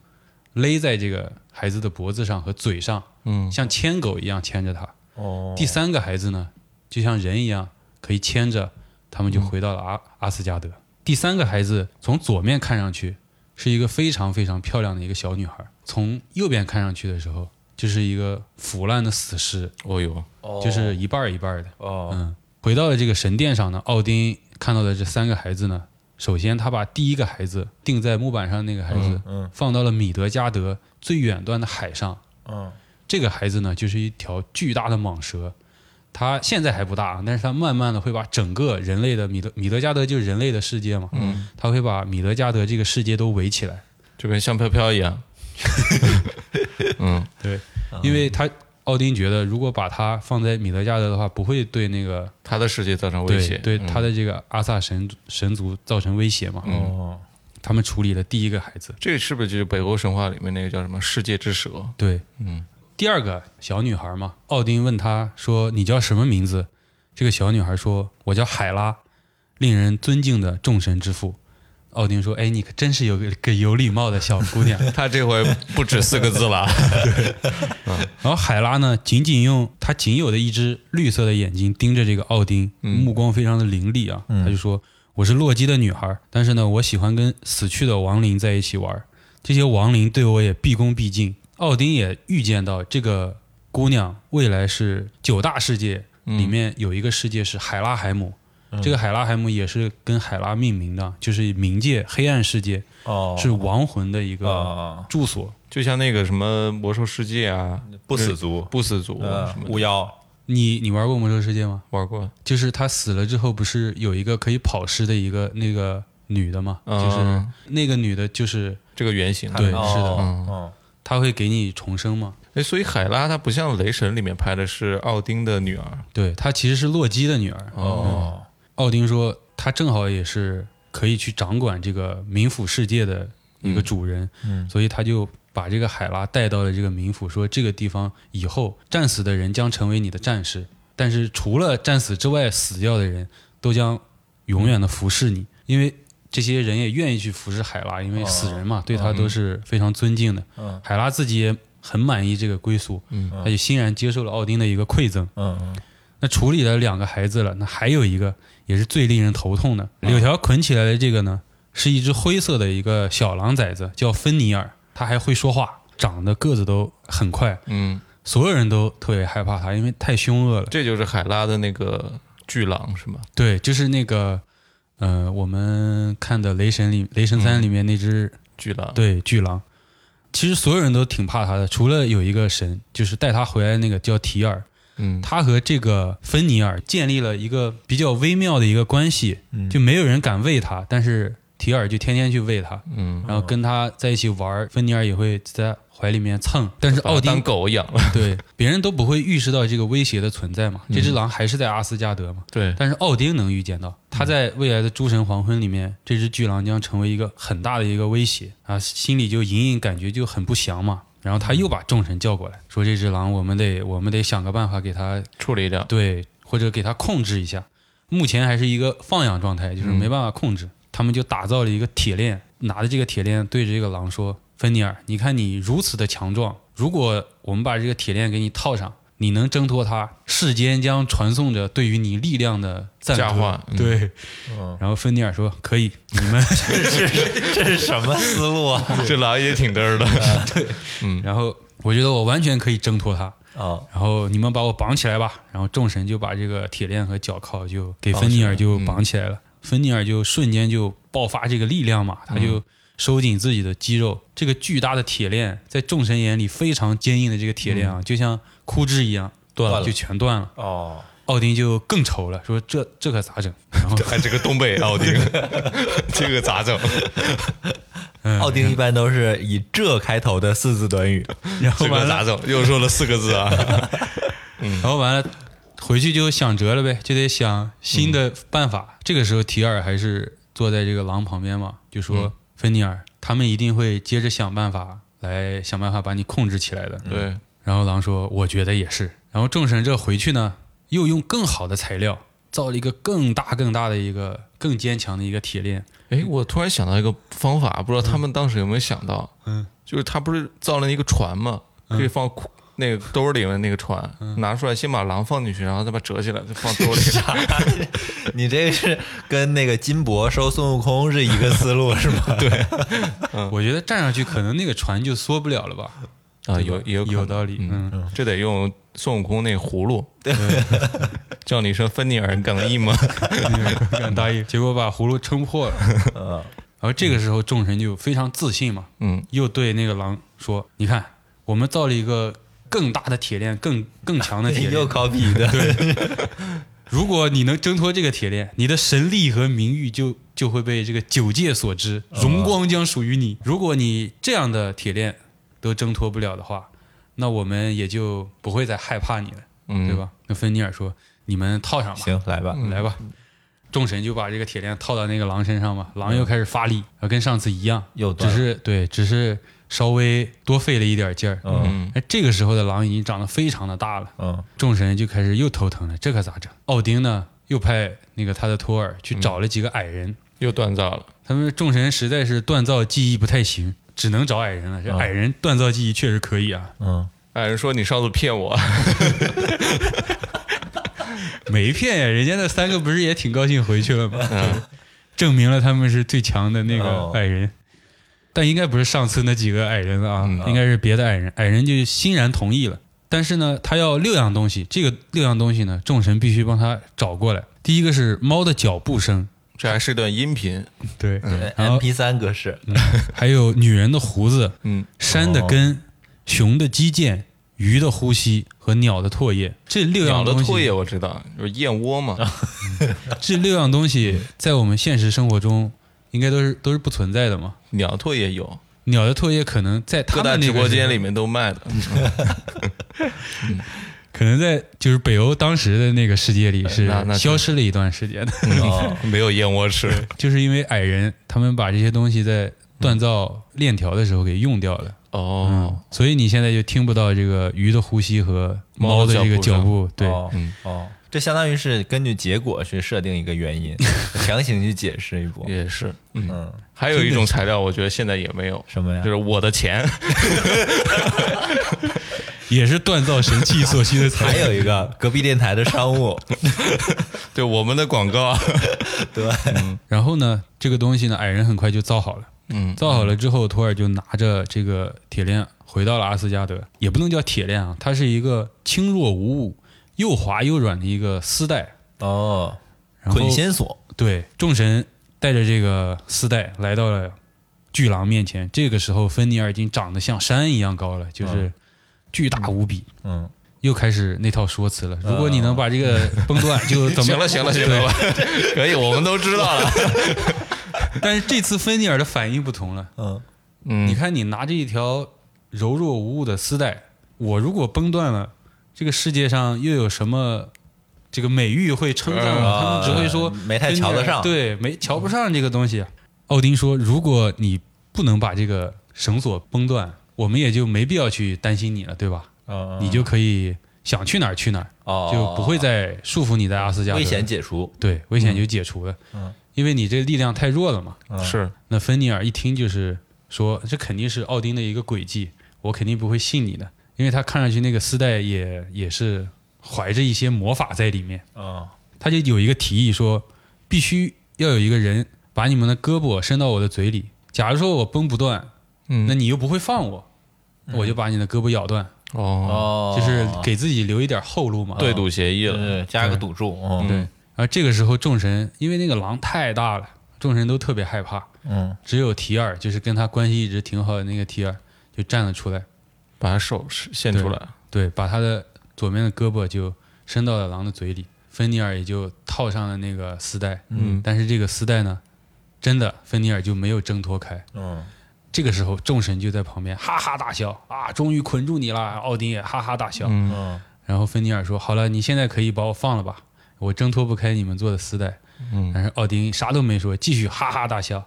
勒在这个孩子的脖子上和嘴上，
嗯
像牵狗一样牵着他。
哦，
第三个孩子呢，就像人一样可以牵着，他们就回到了阿、阿斯加德。第三个孩子从左面看上去是一个非常非常漂亮的一个小女孩，从右边看上去的时候就是一个腐烂的死尸，
哦呦，
就是一半儿一半儿的。
哦，
嗯，回到了这个神殿上呢，奥丁看到的这三个孩子呢，首先他把第一个孩子钉在木板上那个孩子，
嗯嗯
放到了米德加德最远端的海上。
嗯，
这个孩子呢，就是一条巨大的蟒蛇，它现在还不大，啊但是它慢慢的会把整个人类的米德米德加德就是人类的世界嘛，
嗯，
它会把米德加德这个世界都围起来。
就跟香飘飘一样，嗯，
对，因为他奥丁觉得，如果把它放在米德加德的话，不会对那个
他的世界造成威胁，
对
嗯
对他的这个阿萨神神族造成威胁嘛。
哦，
他们处理了第一个孩子，
这个是不是就是北欧神话里面那个叫什么世界之蛇？
对，
嗯，
第二个小女孩嘛，奥丁问她说：“你叫什么名字？”这个小女孩说：“我叫海拉，令人尊敬的众神之父。”奥丁说：“哎，你可真是有个个有礼貌的小姑娘。
他这回不止四个字了，”
然后海拉呢，仅仅用她仅有的一只绿色的眼睛盯着这个奥丁，
嗯
目光非常的凌厉啊。她就说：“我是洛基的女孩，但是呢，我喜欢跟死去的亡灵在一起玩。这些亡灵对我也毕恭毕敬。奥丁也预见到这个姑娘未来是九大世界
嗯
里
嗯
面有一个世界是海拉海姆，这个海拉海姆也是跟海拉命名的，就是冥界黑暗世界
哦，
是亡魂的一个
哦，
住所。
就像那个什么魔兽世界啊，
不死族，
不死族啊
呃
啊
什，么
巫妖，
你你玩过魔兽世界吗？
玩过，
就是他死了之后，不是有一个可以跑尸的一个那个女的吗？就是
嗯
那个女的，就是
这个原型
对
哦
是的
嗯
哦，
她会给你重生嘛？
哎，所以海拉她不像雷神里面拍的是奥丁的女儿，
对，她其实是洛基的女儿。
哦，
奥丁说，他正好也是可以去掌管这个冥府世界的一个主人，
嗯
所以他就把这个海拉带到了这个冥府，说这个地方以后战死的人将成为你的战士，但是除了战死之外，死掉的人都将永远的服侍你，因为。这些人也愿意去服侍海拉，因为死人嘛，对他都是非常尊敬的。
哦嗯
海拉自己也很满意这个归宿，
嗯
他就欣然接受了奥丁的一个馈赠。
嗯嗯，
那处理了两个孩子了，那还有一个也是最令人头痛的。柳条捆起来的这个呢，是一只灰色的一个小狼崽子，叫芬尼尔，它还会说话，长得个子都很快，
嗯，
所有人都特别害怕它，因为太凶恶了。
这就是海拉的那个巨狼是吗？
对，就是那个，呃，我们看的《雷神》里，《雷神三》里面那只、
巨狼，
对巨狼，其实所有人都挺怕它的，除了有一个神，就是带它回来那个叫提尔，
嗯，
他和这个芬尼尔建立了一个比较微妙的一个关系，
嗯
就没有人敢喂他，但是提尔就天天去喂他，
嗯，
然后跟他在一起玩儿，芬尼尔也会在怀里面蹭，但是
把它
奥
当
丁
狗养了，
对别人都不会意识到这个威胁的存在嘛，这只狼还是在阿斯加德嘛，
对，
但是奥丁能预见到，他在未来的诸神黄昏里面，这只巨狼将成为一个很大的一个威胁啊，心里就隐隐感觉就很不祥嘛。然后他又把众神叫过来，说这只狼我们得我们得想个办法给它
处理掉，
对，或者给它控制一下。目前还是一个放养状态，就是没办法控制。他们就打造了一个铁链，拿着这个铁链对着这个狼说：“芬尼尔，你看你如此的强壮，如果我们把这个铁链给你套上，你能挣脱它，世间将传颂着对于你力量的赞
佳
歌
话嗯
对，
嗯
然后芬尼尔说：“可以，你们。
这是什么思路啊？
这狼也挺嘚儿 的，”
然后我觉得我完全可以挣脱它。
哦，
然后你们把我绑起来吧。然后众神就把这个铁链和脚铐就给芬尼尔就绑起来嗯了。芬尼尔就瞬间就爆发这个力量嘛，他就收紧自己的肌肉。这个巨大的铁链在众神眼里非常坚硬的这个铁链啊，就像枯枝一样断
了
就全断了。
哦，
奥丁就更愁了，说这这可咋整？然 后
哎，这个东北奥丁， 这个咋整？
奥丁一般都是以“这”开头的四字短语，
然后
这
完
个咋
了，
整？又说了四个字啊，
然后完了，回去就想辙了呗，就得想新的办法。这个时候，提尔还是坐在这个狼旁边嘛，就说：“
嗯
芬尼尔，他们一定会接着想办法来想办法把你控制起来的。
对，
然后狼说：“我觉得也是。”然后众神这回去呢，又用更好的材料造了一个更大、更大的一个、更坚强的一个铁链。
哎，我突然想到一个方法，不知道他们当时有没有想到？
嗯，
就是他不是造了一个船嘛，可以放骷那个兜里面那个船，拿出来先把狼放进去，然后再把折起来，再放兜里。
你这个是跟那个金箔收孙悟空是一个思路是吗？对，
嗯
我觉得站上去可能那个船就缩不了了吧？
啊，有也有可能
有道理
嗯，这得用孙悟空那葫芦， 叫你说芬尼尔耿毅吗？
敢答应，结果把葫芦撑破了。
嗯
然后这个时候众神就非常自信嘛，
嗯，
又对那个狼说：“你看，我们造了一个更大的铁链，更 更强的铁
又
链。
copy 的，
如果你能挣脱这个铁链，你的神力和名誉就就会被这个九界所知，荣光将属于你。如果你这样的铁链都挣脱不了的话，那我们也就不会再害怕你了，
嗯，
对？吧？”那芬尼尔说：“你们套上吧。”
行，来吧，
来吧。
嗯
众神就把这个铁链套到那个狼身上嘛，狼又开始发力，啊，跟上次一样，
又断
只
了
是对，只是稍微多费了一点劲儿。
嗯
嗯，
哎，这个时候的狼已经长得非常的大了，
嗯
众神就开始又头疼了，这可咋整？奥丁呢，又派那个他的托尔去找了几个矮人，
又锻造了，
他们众神实在是锻造技艺不太行，只能找矮人了。这
嗯
矮人锻造技艺确实可以啊，
嗯，
矮哎人说你上次骗我，
没骗呀，人家那三个不是也挺高兴回去了吗？
嗯
证明了他们是最强的那
哦
个矮人，但应该不是上次那几个矮人了啊，
嗯
应该是别的矮人。矮人就欣然同意了，但是呢，他要六样东西，这个六样东西呢，众神必须帮他找过来。第一个是猫的脚步声，
这还是段音频，
对，然后
，M P 三格式，
还有女人的胡子、
嗯，
山的根、熊的肌腱、鱼的呼吸和鸟的唾液。这六
嗯鸟
样
的
东西，
唾液我知道，就是燕窝嘛，
这六样东西在我们现实生活中应该都是都是不存在的嘛。
鸟唾液有，
鸟的唾液可能在他
各大
们那
直
个
播间
时
里
候，
面都 卖的，
可能在就是北欧当时的那个世界里是
哎那那嗯
消失了一段时间的，
哦，
没有燕窝吃，
就是因为矮人他们把这些东西在锻造链条的时候给用掉了。嗯
哦，
所以你现在就听不到这个鱼的呼吸和
猫
猫
的
的这个
脚
脚
步
步，对，
哦
嗯
哦，这相当于是根据结果去设定一个原因，强行去解释一波，
也是，嗯，
嗯，
还有一种材料，我觉得现在也没有，
什么呀
就是我的钱，
也是锻造神器所需的材
还
料。
有一个隔壁电台的商务，
对我们的广告，
然后呢，这个东西呢，矮人很快就造好了。
嗯
造好了之后，托尔就拿着这个铁链回到了阿斯加德，也不能叫铁链啊，它是一个轻若无物、又滑又软的一个丝 带。
哦，
然后
捆仙索，
对众神带着这个丝带来到了巨狼面前。这个时候，芬尼尔已经长得像山一样
嗯
高了，就是巨大无比。
嗯，
又开始那套说辞了。如果你能把这个 崩断，就怎么
行了行了行 了，可以，我们都知道了，
对但是这次芬尼尔的反应不同了，
嗯，
嗯
你看，你拿着一条柔弱无物的丝带，我如果崩断了，这个世界上又有什么这个美誉会称赞我？嗯他们只会说
没啊太瞧得上
对，没瞧不上这个东西。奥丁说，如果你不能把这个绳索崩断，我们也就没必要去担心你了，对吧？
嗯
你就可以想去哪儿去哪儿，
哦
就不会再束缚你在阿斯加德
危险解除，
对危险就解除了，
嗯
因为你这力量太弱了嘛。
嗯是，
那芬尼尔一听就是说，这肯定是奥丁的一个诡计，我肯定不会信你的，因为他看上去那个丝带也也是怀着一些魔法在里面。
嗯，
他就有一个提议说，必须要有一个人把你们的胳膊伸到我的嘴里。假如说我崩不断，
嗯
那你又不会放我，我就把你的胳膊咬断，
哦，
哦，
嗯就是给自己留一点后路嘛。
对赌协议了，
对加个赌注，嗯
对。而这个时候，众神因为那个狼太大了，众神都特别害怕。
嗯，
只有提尔，就是跟他关系一直挺好的那个提尔，就站了出来，
把他手献出来，
对，把他的左边的胳膊就伸到了狼的嘴里，芬尼尔也就套上了那个丝带，
嗯
但是这个丝带呢，真的芬尼尔就没有挣脱开。
嗯，
这个时候，众神就在旁边哈哈大笑啊，终于捆住你了！奥丁也哈哈大笑。
嗯
嗯，
然后芬尼尔说：“好了，你现在可以把我放了吧，我挣脱不开你们做的丝带。”
嗯，
但是奥丁啥都没说，继续哈哈大笑。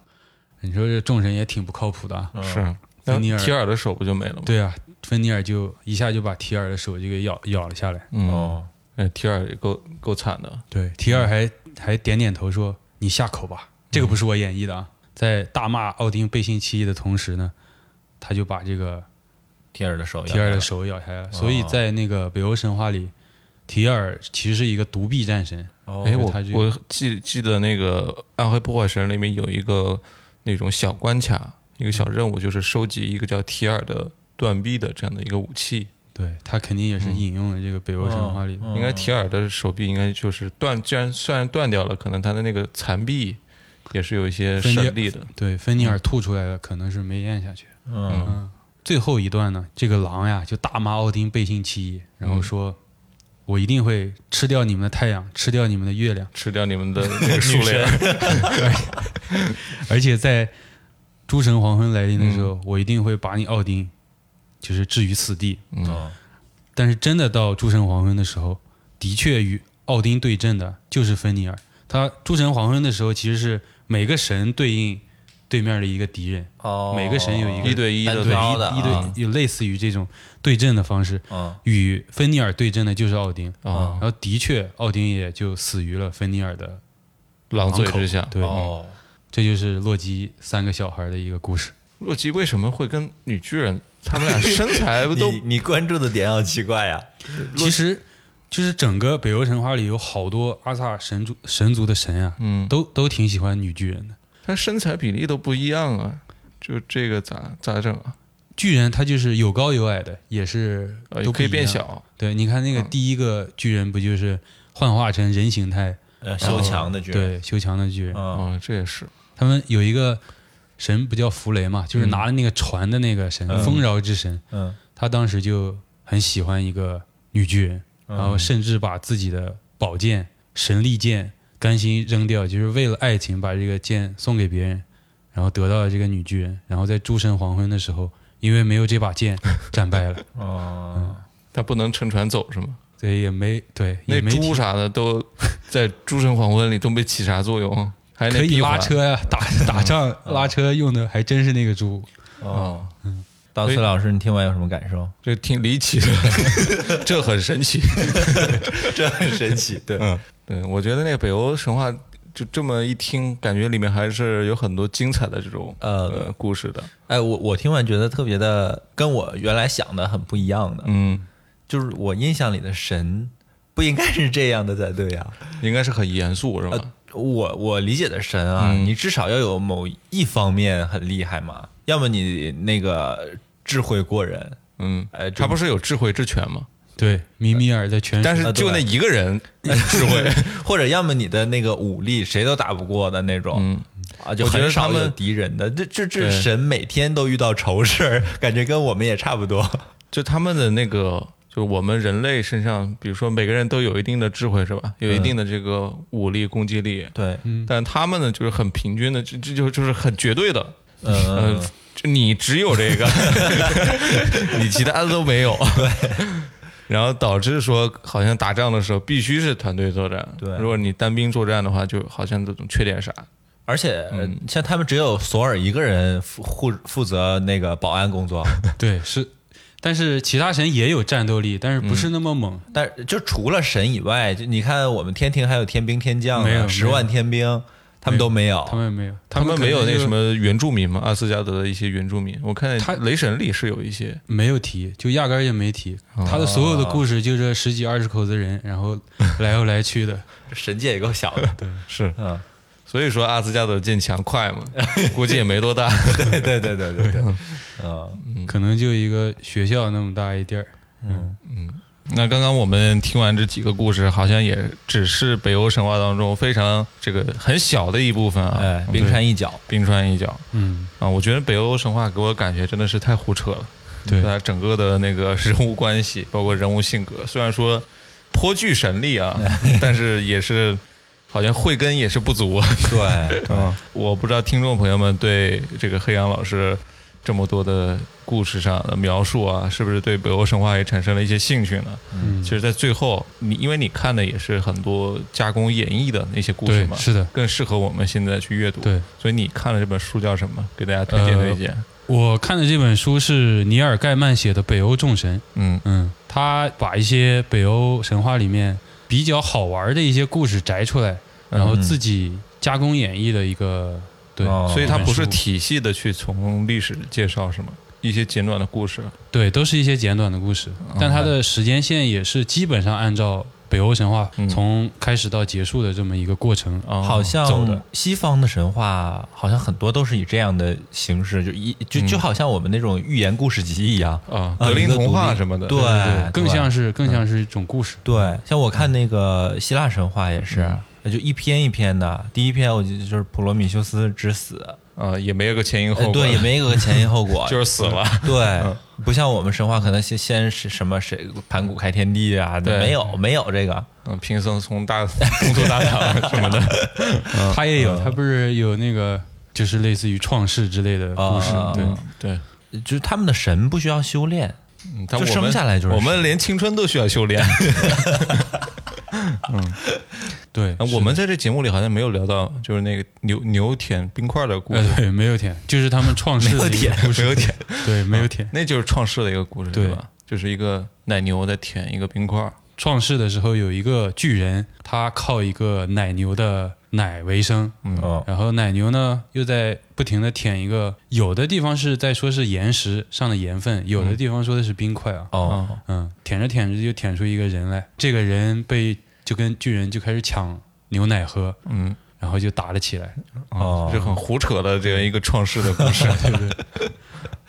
你说这众神也挺不靠谱的啊。
是，那
芬尼尔
提尔的手不就没了吗？
对啊，芬尼尔就一下就把提尔的手就给咬咬了下来。
嗯，
哦，
哎，提尔也够够惨的，
对， 嗯提尔还还点点头说：“你下口吧，这个不是我演绎的啊。”在大骂奥丁背信弃义的同时呢，他就把这个
提尔的手，
提尔的，手咬下来了。所以在那个北欧神话里，提尔其实是一个独臂战神。
哦
哎，
对
我
他这个
我记记得那个《暗黑破坏神》里面有一个那种小关卡，一个小
嗯
任务，就是收集一个叫提尔的断臂的这样的一个武器。
对哦他肯定也是引用了这个北欧神话里的。
嗯
应该提尔的手臂应该就是断，既然虽然断掉了，可能他的那个残臂也是有一些
分裂
闪力的。
对，芬尼尔吐出来的可能是没咽下去。
嗯
嗯，最后一段呢，这个狼呀就大骂奥丁背信弃义，然后说：“我一定会吃掉你们的太阳，吃掉你们的月亮。
吃掉你们 的那个数量，
而且在诸神黄昏来临的时
嗯
候，我一定会把你奥丁就是置于死地。
嗯
但是真的到诸神黄昏的时候，的确与奥丁对阵的就是芬尼尔。他诸神黄昏的时候，其实是每个神对应对面的一个敌人，
哦
每个神有一个
一对一的
单
对
挑
吧
的
一对、
啊
有类似于这种对阵的方式。
嗯
与芬尼尔对阵的就是奥
哦
丁，
啊
然，后的确，奥丁也就死于了芬尼尔的
狼
狼
嘴
口
之下。
对，嗯
哦，
这就是洛基三个小孩的一个故事。
洛基为什么会跟女巨人？他们俩身材 都
你你关注的点好奇怪啊呀，
其实，就是整个北欧神话里有好多阿萨神族神族的神啊，
嗯，
都都挺喜欢女巨人的。
他身材比例都不一样啊，就这个咋咋整啊？
巨人她就是有高有矮的，也是
呃，
都
可以
不一
变
样。
小，
对，你看那个
嗯
第一个巨人不就是幻化成人形态，
呃，修墙的剧，
对，修墙的巨人。
嗯，
哦，这也是，
他们有一个神不叫弗雷嘛，就是
嗯
拿着那个船的那个神，
嗯
丰饶之神。
嗯
他当时就很喜欢一个女巨人，
嗯
然后甚至把自己的宝剑神力剑甘心扔掉，就是为了爱情把这个剑送给别人，然后得到了这个女巨人。然后在诸神黄昏的时候，因为没有这把剑 战败了，
哦，
他不能乘船走是吗？
所以也没对也
那
没
猪
提
啥的 都在诸神黄昏里都没起啥作用，还
可以拉
啊
车呀、打打仗拉车用的还真是那 个猪。。啊
哦
刀刺老师，你听完有什么感受？
这挺离奇的， 这很神奇。
这很神奇，对
对，我觉得那个北欧神话就这么一听，感觉里面还是有很多精彩的这种
呃
呃故事的。
哎，我我听完觉得特别的，跟我原来想的很不一样
呃
的，
嗯，
就是我印象里的神不应该是这样的才对呀、
应该是很严肃是吧？
呃，我我理解的神啊，
嗯
你至少要有某一方面很厉害嘛，要么你那个智慧过人，
嗯，
哎，
他不是有智慧之泉
呃
吗？
对，米米尔在全
但
是
是就那一个 人，
智慧， 或者要么你的那个武力谁都打不过的那种，
嗯，
啊，就
我觉得
很少
他们
有敌人的，这这这
对
神每天都遇到仇事儿， 感觉跟我们也差不多。
就他们的那个，就是我们人类身上，比如说每个人都有一定的智慧，是吧？有一定的这个武力攻击力，
对，
但他们呢，就是很平均的，这这就就是很绝对的，
嗯
呃，就你只有这 个，你其他的都没有。对。然后导致说，好像打仗的时候必须是团队作战。
对
如果你单兵作战的话，就好像都缺点啥。
而且、呃像他们只有索尔一个人负负负责那个保安工 作，
对是，但是其他神也有战斗力，但是
嗯
不是那么猛。
但就除了神以外，就你看我们天庭还有天兵天将呢，啊
没有
十万天兵，他们都没有。
他们没有，
他们没有
可能
那
就
什么原住民吗？阿斯加德的一些原住民，我看
他
雷神里是有一些。
没有提，就压根儿也没提。他的所有的故事就这十几二十口子人，然后来回来去的。
神界也够小的，
是，
嗯，
所以说阿斯加德建墙快嘛， 估计也没多大。
对 对对对对对，嗯，
可能就一个学校那么大一地儿。
那刚刚我们听完这几个故事，好像也只是北欧神话当中非常这个很小的一部分啊，
哎，冰山一角，
冰川一角
嗯，
啊。我觉得北欧神话给我感觉真的是太胡扯了，
对
它整个的那个人物关系，包括人物性格，虽然说颇具神力啊，但是也是好像慧根也是不足啊。
对，
啊，我不知道听众朋友们对这个黑羊老师这么多的故事上的描述啊，是不是对北欧神话也产生了一些兴趣呢？
嗯
其实，在最后，你因为你看的也是很多加工演绎的那些故事
对，
嘛，
是的，
更适合我们现在去阅读。，
对。
所以你看了这本书叫什么？给大家推荐
呃
推荐。
我看的这本书是尼尔盖曼写的《北欧众神》。
嗯
嗯，他把一些北欧神话里面比较好玩的一些故事摘出来，然后
嗯
自己加工演绎的一个。对，
哦
所以它不是
本书
体系的去从历史介绍是吗？一些简短的故事。
对，都是一些简短的故事，但它的时间线也是基本上按照北欧神话从开始到结束的这么一个过程。
哦
好
走的
像西方的神话，好像很多都是以这样的形式，就一就就好像我们那种寓言故事集一样，
啊，
呃
格林
一个独立
童话什么的，
对
哎
对，更
对
像是更像是一种故事。
对，像我看那个希腊神话也是，就一篇一篇的。第一篇我记得就是普罗米修斯之死，
啊，也没有个前因
呃
后果，，
对，也没有个前因后果
就是死了。
对，不像我们神话可能先先是什么谁盘古开天地啊，
对
没有没有这个，
嗯，贫僧从大 从头大唐什么的，嗯
它也有，它不是有那个就是类似于创世之类的故事
啊，
对。
嗯对，
就是他们的神不需要修炼，
嗯但
就
我
生
们
下来就是
我们连青春都需要修 炼。
对，
我们在这节目里好像没有聊到，就是那个牛牛舔冰块的故事，
呃对，没有舔，就是他们创
呃
世的一个故事，
没有舔，啊
对，没有舔。
那就是创世的一个故事，
对
是吧？就是一个奶牛在舔一个冰块，
创世的时候有一个巨人，他靠一个奶牛的奶为生，
嗯
然后奶牛呢又在不停的舔一个，有的地方是在说是岩石上的盐分，有
嗯
的地方说的是冰块啊，
哦，
嗯，舔着舔着就舔出一个人来，这个人被就跟巨人就开始抢牛奶喝，
嗯，
然后就打了起来，
哦
啊这很胡扯的这样一个创世的故 事，对不对？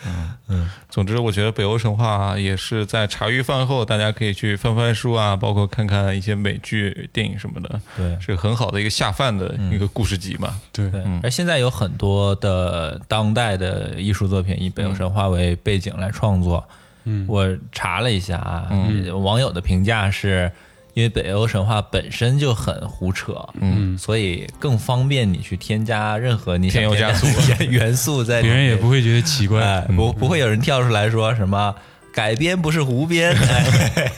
嗯 嗯，总之我觉得北欧神话啊也是在茶余饭后，大家可以去翻翻书啊，包括看看一些美剧、电影什么的，
对
是很好的一个下饭的
嗯
一个故事集嘛。
对，
对，而现在有很多的当代的艺术作品以北欧神话为背景来创作。
嗯
我查了一下啊，网友的评价是，因为北欧神话本身就很胡扯，嗯，所以更方便你去添加任何你想
添油加醋
添加的 元素在里
啊别
面，
人也不会嗯觉得奇怪，
哎，不不会有人跳出来说什么改编不是胡编，哎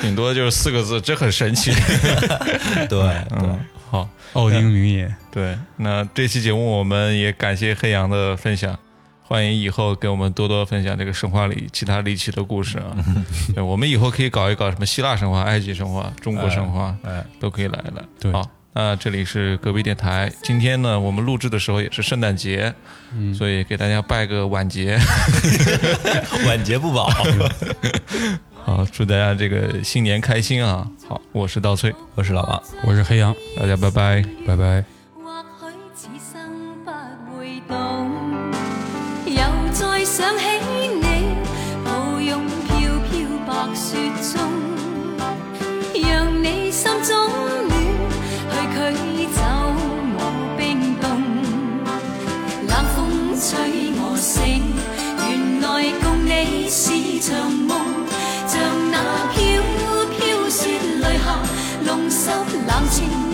顶多就是四个字，这很神 奇。
哎对
嗯
对，
嗯
好，
奥丁名言。
对，那这期节目我们也感谢黑羊的分享，欢迎以后给我们多多分享这个神话里其他离奇的故事啊。对，我们以后可以搞一搞什么希腊神话、埃及神话、中国神话，
哎
都可以来来。
对
好，那这里是隔壁电台。今天呢，我们录制的时候也是圣诞节，所以给大家拜个晚节。
晚节不保，
好，祝大家这个新年开心啊！好，我是稻穗，
我是老王。
我是黑羊，
大家拜拜。
拜拜。
或许此生不会懂，又再想起你，抱拥飘飘白雪中，让你心中暖，去驱走我冰冻。冷風吹我醒，原來共你是場夢，像那飄飄雪淚下，弄濕冷清